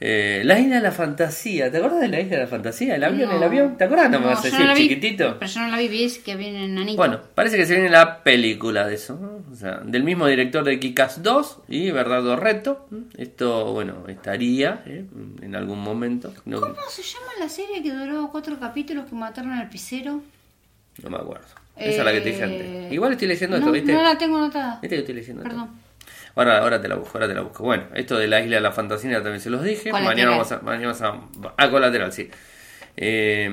Eh, la isla de la fantasía. ¿Te acuerdas de la isla de la fantasía? ¿El avión?
No.
¿El avión? ¿Te acuerdas? No, me
No,
vas a
yo no
decir,
la vi,
chiquitito.
Pero yo no la vi, vi es que viene enanito.
Bueno, parece que se viene la película de eso, ¿no? o sea, del mismo director de Kikas 2 y Bernardo Reto. Esto, bueno, estaría ¿eh? en algún momento. No,
¿Cómo se llama la serie que duró cuatro capítulos que mataron al pisero?
no me acuerdo. Esa es la que te dije antes. Igual estoy leyendo esto,
Eh, no,
¿viste?
No la tengo anotada.
¿Viste Este que estoy leyendo esto?
Perdón.
Ahora, ahora te la busco, ahora te la busco. Bueno, esto de la isla de la fantasía ya también se los dije. Mañana
Colateral.
vamos a, mañana vamos a, a colateral, sí. Eh,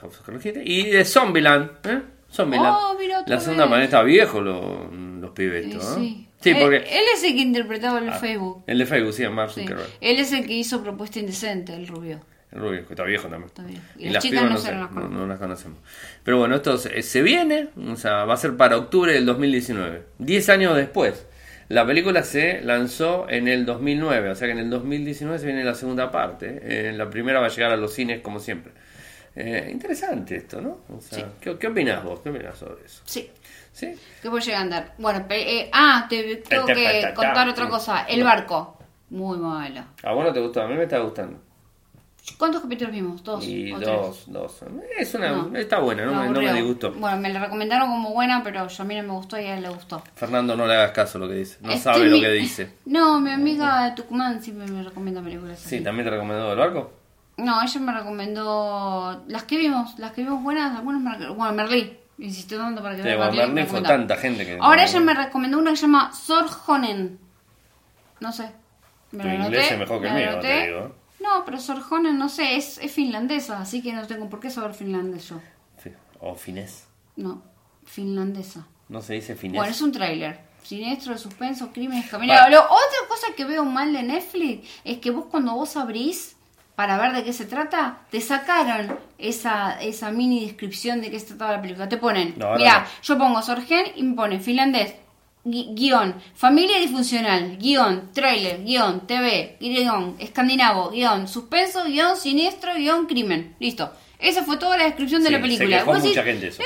House of Cards, y de Zombieland, ¿eh? Zombieland.
Oh, mira otra
la segunda
vez.
manera está viejo lo- los pibes,
Eh,
esto, ¿eh?
sí.
Sí,
Él-
porque Ah,
Él, es el que interpretaba el Facebook.
el de Facebook, sí, Mark
Sí.
Zuckerberg.
Él es el que hizo Propuesta Indecente, el rubio.
El rubio, que está viejo también.
Está viejo.
Y, las chicas no,
se
sé,
las
no,
conoce.
no las conocemos. Pero bueno, esto se, se viene, o sea, va a ser para octubre del 2019. 10 años después. La película se lanzó en el 2009, o sea que en el 2019 se viene la segunda parte. eh. Eh, la primera va a llegar a los cines como siempre. Eh, interesante esto, ¿no? O sea, ¿qué, qué opinás vos? ¿Qué opinás sobre eso?
Sí.
¿Sí?
¿Qué puede llegar a andar? Bueno, pe- eh, ah, te
Este,
tengo que contar otra cosa. El barco. Muy malo.
A vos no te gustó, a mí me está gustando.
¿Cuántos capítulos vimos? ¿Dos?
Y
o tres?
dos, dos. Es una,
No.
Está buena, no, me, no me
aburrido.
disgustó.
Bueno, me la recomendaron como buena, pero yo a mí no me gustó y a él le gustó.
Fernando, no le hagas caso a lo que dice. No
Este
sabe
es
lo
mi-
que dice.
No, mi amiga de Tucumán siempre me recomienda películas así.
Sí, también te recomendó el barco.
No, ella me recomendó las que vimos, las que vimos buenas, algunas me recomendó. Bueno, Merlí, insistió tanto para que
Te
vea
bueno,
Merlí, me
Bernice fue
recomendó.
tanta gente que.
Ahora ella me recomendó una que se llama Sorjonen. No sé. Me
Tu
la
inglés es mejor que el
me
mío,
la
te
anoté.
digo.
No, pero Sorjonen, no sé, es, es finlandesa, así que no tengo por qué saber finlandés yo.
Sí. O finés.
No, finlandesa.
No se dice finés.
Bueno, es un tráiler. Siniestro de suspenso, crímenes
Para.
caminados. Lo- Otra cosa que veo mal de Netflix es que vos cuando vos abrís para ver de qué se trata, te sacaron esa, esa mini descripción de qué se trataba la película. Te ponen,
No, no,
mirá,
no.
yo pongo Sorgen y me pone finlandés, gui- guión, familia disfuncional, guión, tráiler, guión, TV, guión, escandinavo, guión, suspenso, guión, siniestro, guión, crimen. Listo. Esa fue toda la descripción
Sí,
de la película.
Se quejó
Vos decís, "Eh,
mucha gente eso.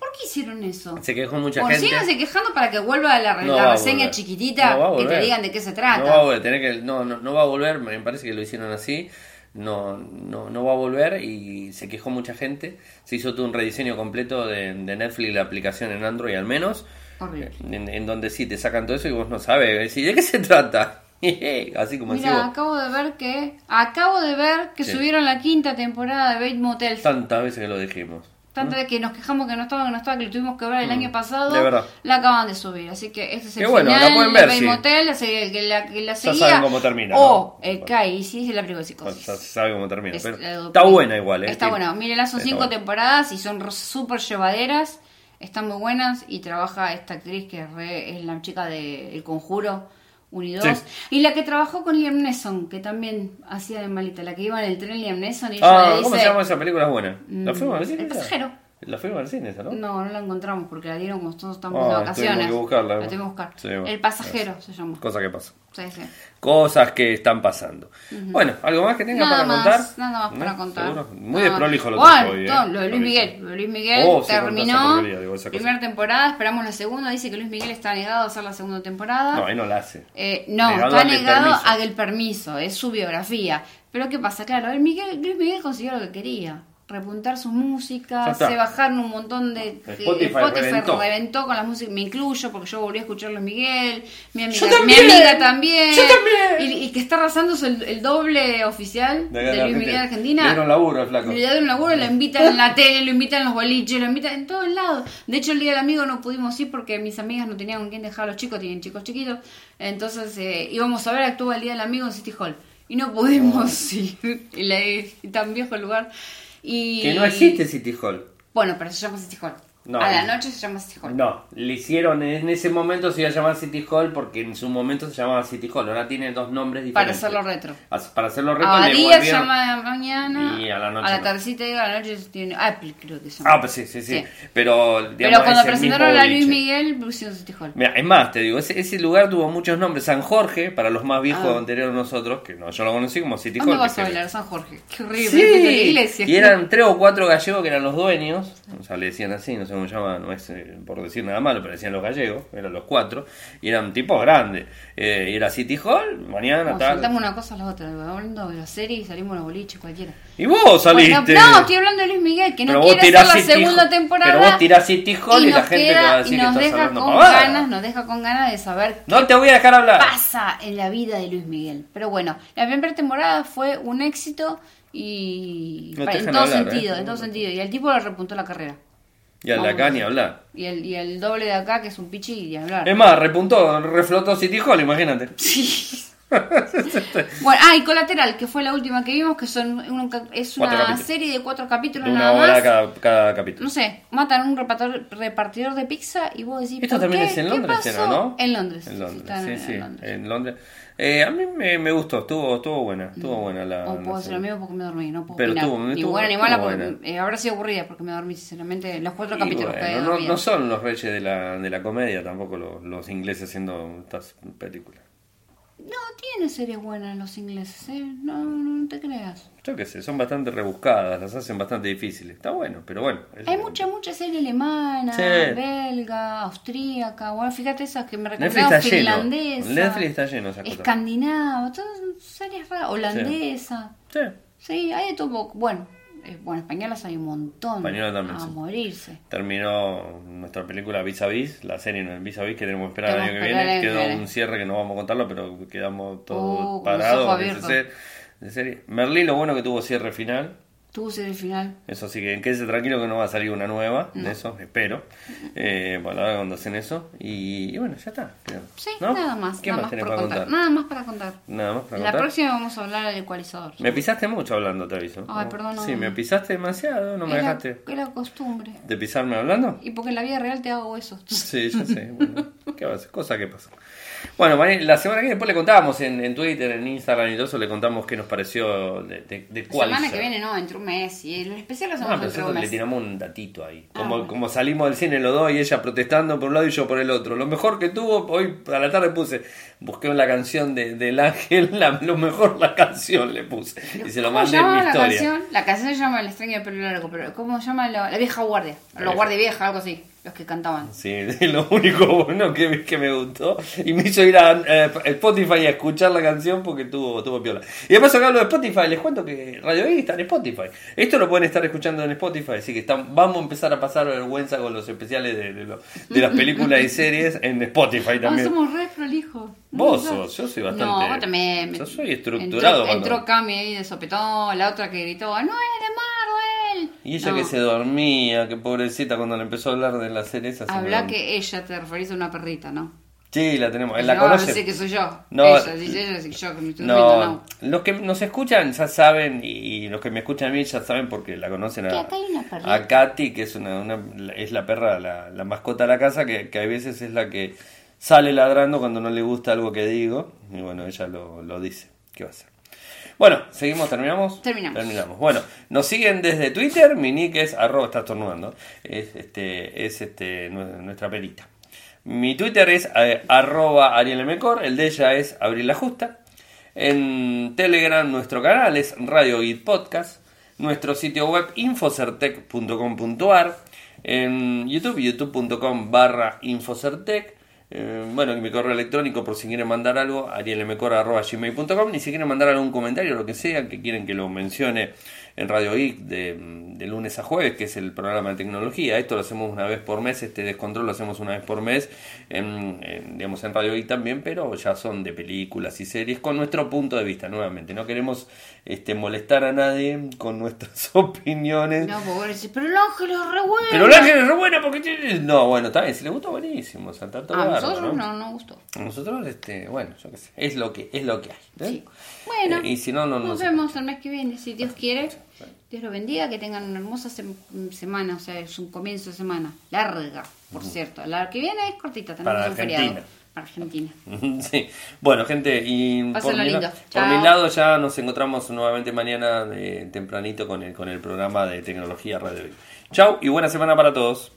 ¿Por qué hicieron eso?
Se quejó mucha
Bueno,
gente.
síganse quejando para que vuelva la,
No
la
va a
reseña
volver.
chiquitita
No va a
que te
volver.
digan de qué se
No va a
trata.
volver, tenés que, no, no, no va a volver, me parece que lo hicieron así. No, no, no va a volver y se quejó mucha gente. Se hizo todo un rediseño completo de, de Netflix, la aplicación en Android al menos.
Horrible.
En, en donde sí te sacan todo eso y vos no sabes. decís, ¿De qué se trata? [laughs] Así como decís
Mira,
vos.
acabo de ver que acabo de ver que
Sí.
subieron la quinta temporada de Bates Motel.
Tantas veces que lo dijimos.
Tanto de que nos quejamos que no estaba, que no estaba, que lo tuvimos que ver el año pasado.
Mm, de verdad.
La acaban de subir, así que este es el
Qué bueno,
final
la pueden
de
ver,
Bates
sí.
Motel, la serie- que la, que la
Ya
seguía.
saben cómo termina,
O
¿no?
el CAI, sí, es la película de
Bueno,
psicosis.
ya se sabe cómo termina.
Es
pero
la
está
docu-
buena igual, ¿eh?
Está
Sí.
buena. Mírenla, son
Está
cinco
buena.
temporadas y son r- súper llevaderas. Están muy buenas y trabaja esta actriz que re- es la chica de El Conjuro 1 y 2.
Sí.
Y la que trabajó con Liam Neeson, que también hacía de malita. La que iba en el tren Liam Neeson y ella
Ah,
le
¿cómo
dice-
se llama esa película? Es buena. ¿La
Mm,
fuimos al cine?
El
esa?
pasajero.
La fuimos al cine, esa, ¿no?
No, no la encontramos porque la dieron cuando todos estamos
Ah,
de
tuvimos
vacaciones.
que buscarla,
La
¿no?
tuvimos que buscar.
Sí, bueno.
el pasajero se llama.
Cosa que pasa.
Sí, sí.
Cosas que están pasando. Bueno, ¿algo más que tengas
Nada
para
más,
contar?
nada más
¿No?
para contar.
¿Seguro? Muy
Nada
de prolijo lo
más.
tuyo
Bueno,
hoy,
todo,
¿eh?
lo de Luis
Prolijo.
Miguel. Lo de Luis Miguel
Oh, sí, contá esa
terminó.
porquería, digo, esa cosa.
Primera temporada, esperamos la segunda. Dice que Luis Miguel está negado a hacer la segunda temporada.
No, ahí no la hace.
Eh, no,
Negado
está
a que el
negado
permiso.
a que el permiso, es su biografía. Pero ¿qué pasa? Claro, el Miguel, Luis Miguel consiguió lo que quería. Repuntar su
Ya
música,
está.
se bajaron un montón de... que
Spotify reventó.
con la música, me incluyo porque yo volví a escuchar Luis Miguel, mi amiga
Yo
mi
también.
amiga también.
Yo también.
Y, y que está arrasando es el, el doble oficial de,
acá
Luis Miguel de
Le
Argentina.
dieron laburo al flaco.
Le dieron un laburo, lo invitan en la tele, lo invitan en los boliches, lo invitan en todos lados. De hecho, el día del amigo no pudimos ir porque mis amigas no tenían con quién dejar a los chicos, tienen chicos chiquitos. Entonces eh, íbamos a ver, actúa el día del amigo en City Hall. Y no pudimos [laughs] ir. Y la- y tan viejo el lugar. Y,
Que no existe City Hall.
Bueno, pero se llama City Hall.
No,
a la noche se llama City Hall.
No, le hicieron en ese momento se iba a llamar City Hall porque en su momento se llamaba City Hall. Ahora tiene dos nombres
para
diferentes.
hacerlo retro.
As- Para hacerlo reto
A
le
día se
volvieron-
llama a la mañana.
Y a la noche
A la
no.
tardecita y a la noche se tiene Apple, creo que se llama.
Ah, pues sí, sí, sí.
Sí.
Pero, digamos,
Pero cuando
es el
presentaron
mismo
a Luis
boliche.
Miguel, pusieron City Hall.
Mira, es más, te digo, ese, ese lugar tuvo muchos nombres. San Jorge, para los más viejos
Ah.
anteriores a nosotros, que no, yo lo conocí como City Hall.
¿Dónde
que
vas
se-
a bailar, San Jorge? Qué horrible. es la
Sí,
iglesia.
y eran tres o cuatro gallegos que eran los dueños, o sea, le decían así, no sé cómo llaman, no es eh, por decir nada malo, pero decían los gallegos, eran los cuatro, y eran tipos grandes. Eh, y era City Hall, mañana,
Bueno,
tarde.
saltamos una cosa a la otra. Hablando de la serie y salimos a los boliches, cualquiera.
Y vos saliste.
Bueno, no, estoy hablando de Luis Miguel, que no
Pero vos
quiere
tirás
hacer la
City Hall-
segunda temporada.
pero vos tirás City Hall y la
nos
gente te va a decir
y
que
nos
estás
deja
hablando
con
pavada.
ganas, Nos deja con ganas de saber
No te voy a dejar hablar.
pasa en la vida de Luis Miguel. Pero bueno, la primera temporada fue un éxito y
No te
pa- en
dejan
todo
hablar,
sentido,
¿eh?
en todo sentido. Y al tipo le repuntó la carrera.
Y al de acá ni hablar.
Y el, y el doble de acá, que es un pichi, y hablar.
Es más, repuntó, reflotó City Hall, imagínate.
Bueno, ah, y Colateral, que fue la última que vimos, que son un ca- es
Cuatro
una
capítulos.
serie de cuatro capítulos
De una
nada
hora
más.
cada, cada capítulo.
No sé, matan a un repartidor, repartidor de pizza y vos decís.
Esto
¿por
también
qué?
es en
¿Qué
Londres,
pasó?
¿no? ¿no?
En Londres.
En Londres,
están
sí,
en-
sí.
en Londres.
En Londres. Eh, a mí me, me gustó, estuvo, estuvo buena, estuvo buena la.
Mm. O
la
puedo hacer lo
serie.
mismo porque me dormí, no puedo
ah, Pero
opinar.
estuvo-
ni
estuvo-
buena ni mala,
estuvo
porque
buena.
eh, habrá sido aburrida porque me dormí, sinceramente. Los cuatro
Y
capítulos
bueno,
que
no, no son los reyes de la, de la comedia tampoco los, los ingleses haciendo estas películas.
no, tiene series buenas los ingleses, ¿eh? No, no, no te creas.
Yo qué sé, son bastante rebuscadas, las hacen bastante difíciles. Está bueno, pero bueno. es-
Hay mucha, mucha serie alemana,
Sí.
belga, austríaca. Bueno, fíjate esas que me
Netflix
recomendaron,
está lleno.
finlandesa,
Netflix está lleno de esas cosas.
escandinava, todas son series raras, holandesa.
Sí.
Sí, hay de todo. poco. Bueno, eh, bueno, españolas hay un montón.
Española también,
A
sí.
morirse.
Terminó nuestra película Vis a Vis, la serie en Vis a Vis que tenemos que esperar el
Tenemos
año que
que esperar
viene.
el año
Quedó
que viene.
un cierre que no vamos a contarlo, pero quedamos
Uh,
todos
con los
parados.
ojos
de ese
abiertos.
ser- de serie. Merlí, lo bueno que tuvo cierre final.
Tuvo serie final.
Eso sí que quédese tranquilo que no va a salir una nueva de eso, espero. Eh, bueno, ahora cuando hacen eso. Y, y bueno, ya está. creo.
Sí,
¿No?
nada más.
¿Qué
nada más
más tenés
por
para
contar.
contar?
Nada más para contar.
Nada más para
la
contar.
próxima vamos a hablar del ecualizador.
Me pisaste mucho hablando, te aviso.
Ay, perdón, no,
Sí,
no.
me pisaste demasiado, no me
Es la-
dejaste.
es la costumbre.
¿De pisarme hablando?
Y porque en la vida real te hago eso.
Sí, ya sé. Bueno, ¿Qué va a ser? Cosa que pasa. Bueno, Mari, la semana que viene después le contábamos en, en Twitter, en Instagram y todo eso, le contamos qué nos pareció de, de, de
La
cuál.
semana
ser.
que viene no, entre un mes. Y el especial lo
No,
hacemos entre
pero nosotros
un
le
mes.
tiramos un datito ahí.
Ah,
Como,
bueno.
como salimos del cine los dos y ella protestando por un lado y yo por el otro. Lo mejor que tuvo, hoy a la tarde puse, busqué la canción de, del ángel, [laughs] la- lo mejor la canción le puse. Y se lo
¿Cómo
mandé en mi
llama la
historia.
canción? La canción se llama El extraño de pelo largo, pero ¿cómo se llama la, la vieja guardia? La
La vieja.
guardia vieja, algo así. Los que cantaban.
Sí, [laughs] es lo único bueno que, que me gustó. Y me hizo ir a eh, Spotify a escuchar la canción porque tuvo, tuvo piola. Y además acá hablo de Spotify, les cuento que Radio I está en Spotify. Esto lo pueden estar escuchando en Spotify, así que están- vamos a empezar a pasar vergüenza con los especiales de, de lo- de las películas y series en Spotify
Ah,
también.
somos re prolijos.
Vos
No,
sos, yo soy
No,
bastante-
vos también.
yo soy estructurado
Entró,
cuando-
entró Cami ahí de sopetón, la otra que gritó, ¡No es de Marvel!
Y ella
No.
que se dormía, que pobrecita cuando le empezó a hablar de las series. se me
Habla
dormía.
que ella te referís a una perrita, ¿no?
Sí, la tenemos.
Dice,
La
"Ah,
conoce.
pensé que soy yo.
No.
Ella, dice ella, dice yo, que me estoy durmiendo,
No,
no.
los que nos escuchan ya saben, y los que me escuchan a mí ya saben porque la conocen
Que
a,
acá hay una perrita.
a Katy, que es una, una- es la perra, la, la mascota de la casa, que, que a veces es la que sale ladrando cuando no le gusta algo que digo, y bueno, ella lo, lo dice, ¿qué va a hacer? Bueno, seguimos, terminamos.
Terminamos.
Bueno, nos siguen desde Twitter, mi nick es arroba, está estornudando, es, este, es este, nue- nuestra perita. Mi Twitter es eh, arroba arielmecor, el de ella es Abril la Justa. En Telegram nuestro canal es Radio Guide Podcast. Nuestro sitio web infocertec.com.ar. En YouTube, youtube.com barra infocertec. Eh, bueno, y mi correo electrónico por si quieren mandar algo, arielmcor.gmail.com y si quieren mandar algún comentario, lo que sea, que quieren que lo mencione en Radio Geek de, este, de lunes a jueves, que es el programa de tecnología. Esto lo hacemos una vez por mes, este descontrol lo hacemos una vez por mes, en, en, digamos en Radio Geek también, pero ya son de películas y series con nuestro punto de vista, nuevamente. No queremos este, molestar a nadie con nuestras [laughs] opiniones.
No, porque vos decís, pero el ángel es re bueno.
Pero la gente es re buena porque tiene- No, bueno, está bien, si le gusta buenísimo, o sea, tanto
A
bárbaro,
Ah, nosotros
¿no?
no, no gustó.
Nosotros, este, bueno, yo qué sé, es lo que, es lo que hay. ¿eh?
Sí. Bueno,
Eh, y si no, no, no
nos
se-
vemos el mes que viene, si Dios quiere. Dios los bendiga, que tengan una hermosa sem- semana, o sea, es un comienzo de semana, larga, por cierto. La que viene es cortita, también
Para
es un
Argentina.
feriado. Para Argentina.
[laughs] Sí. Bueno, gente, y por
Pásenla
mi, la-
lindo.
por
Chao.
mi lado ya nos encontramos nuevamente mañana eh, tempranito con el, con el programa de tecnología Radio. Chau y buena semana para todos.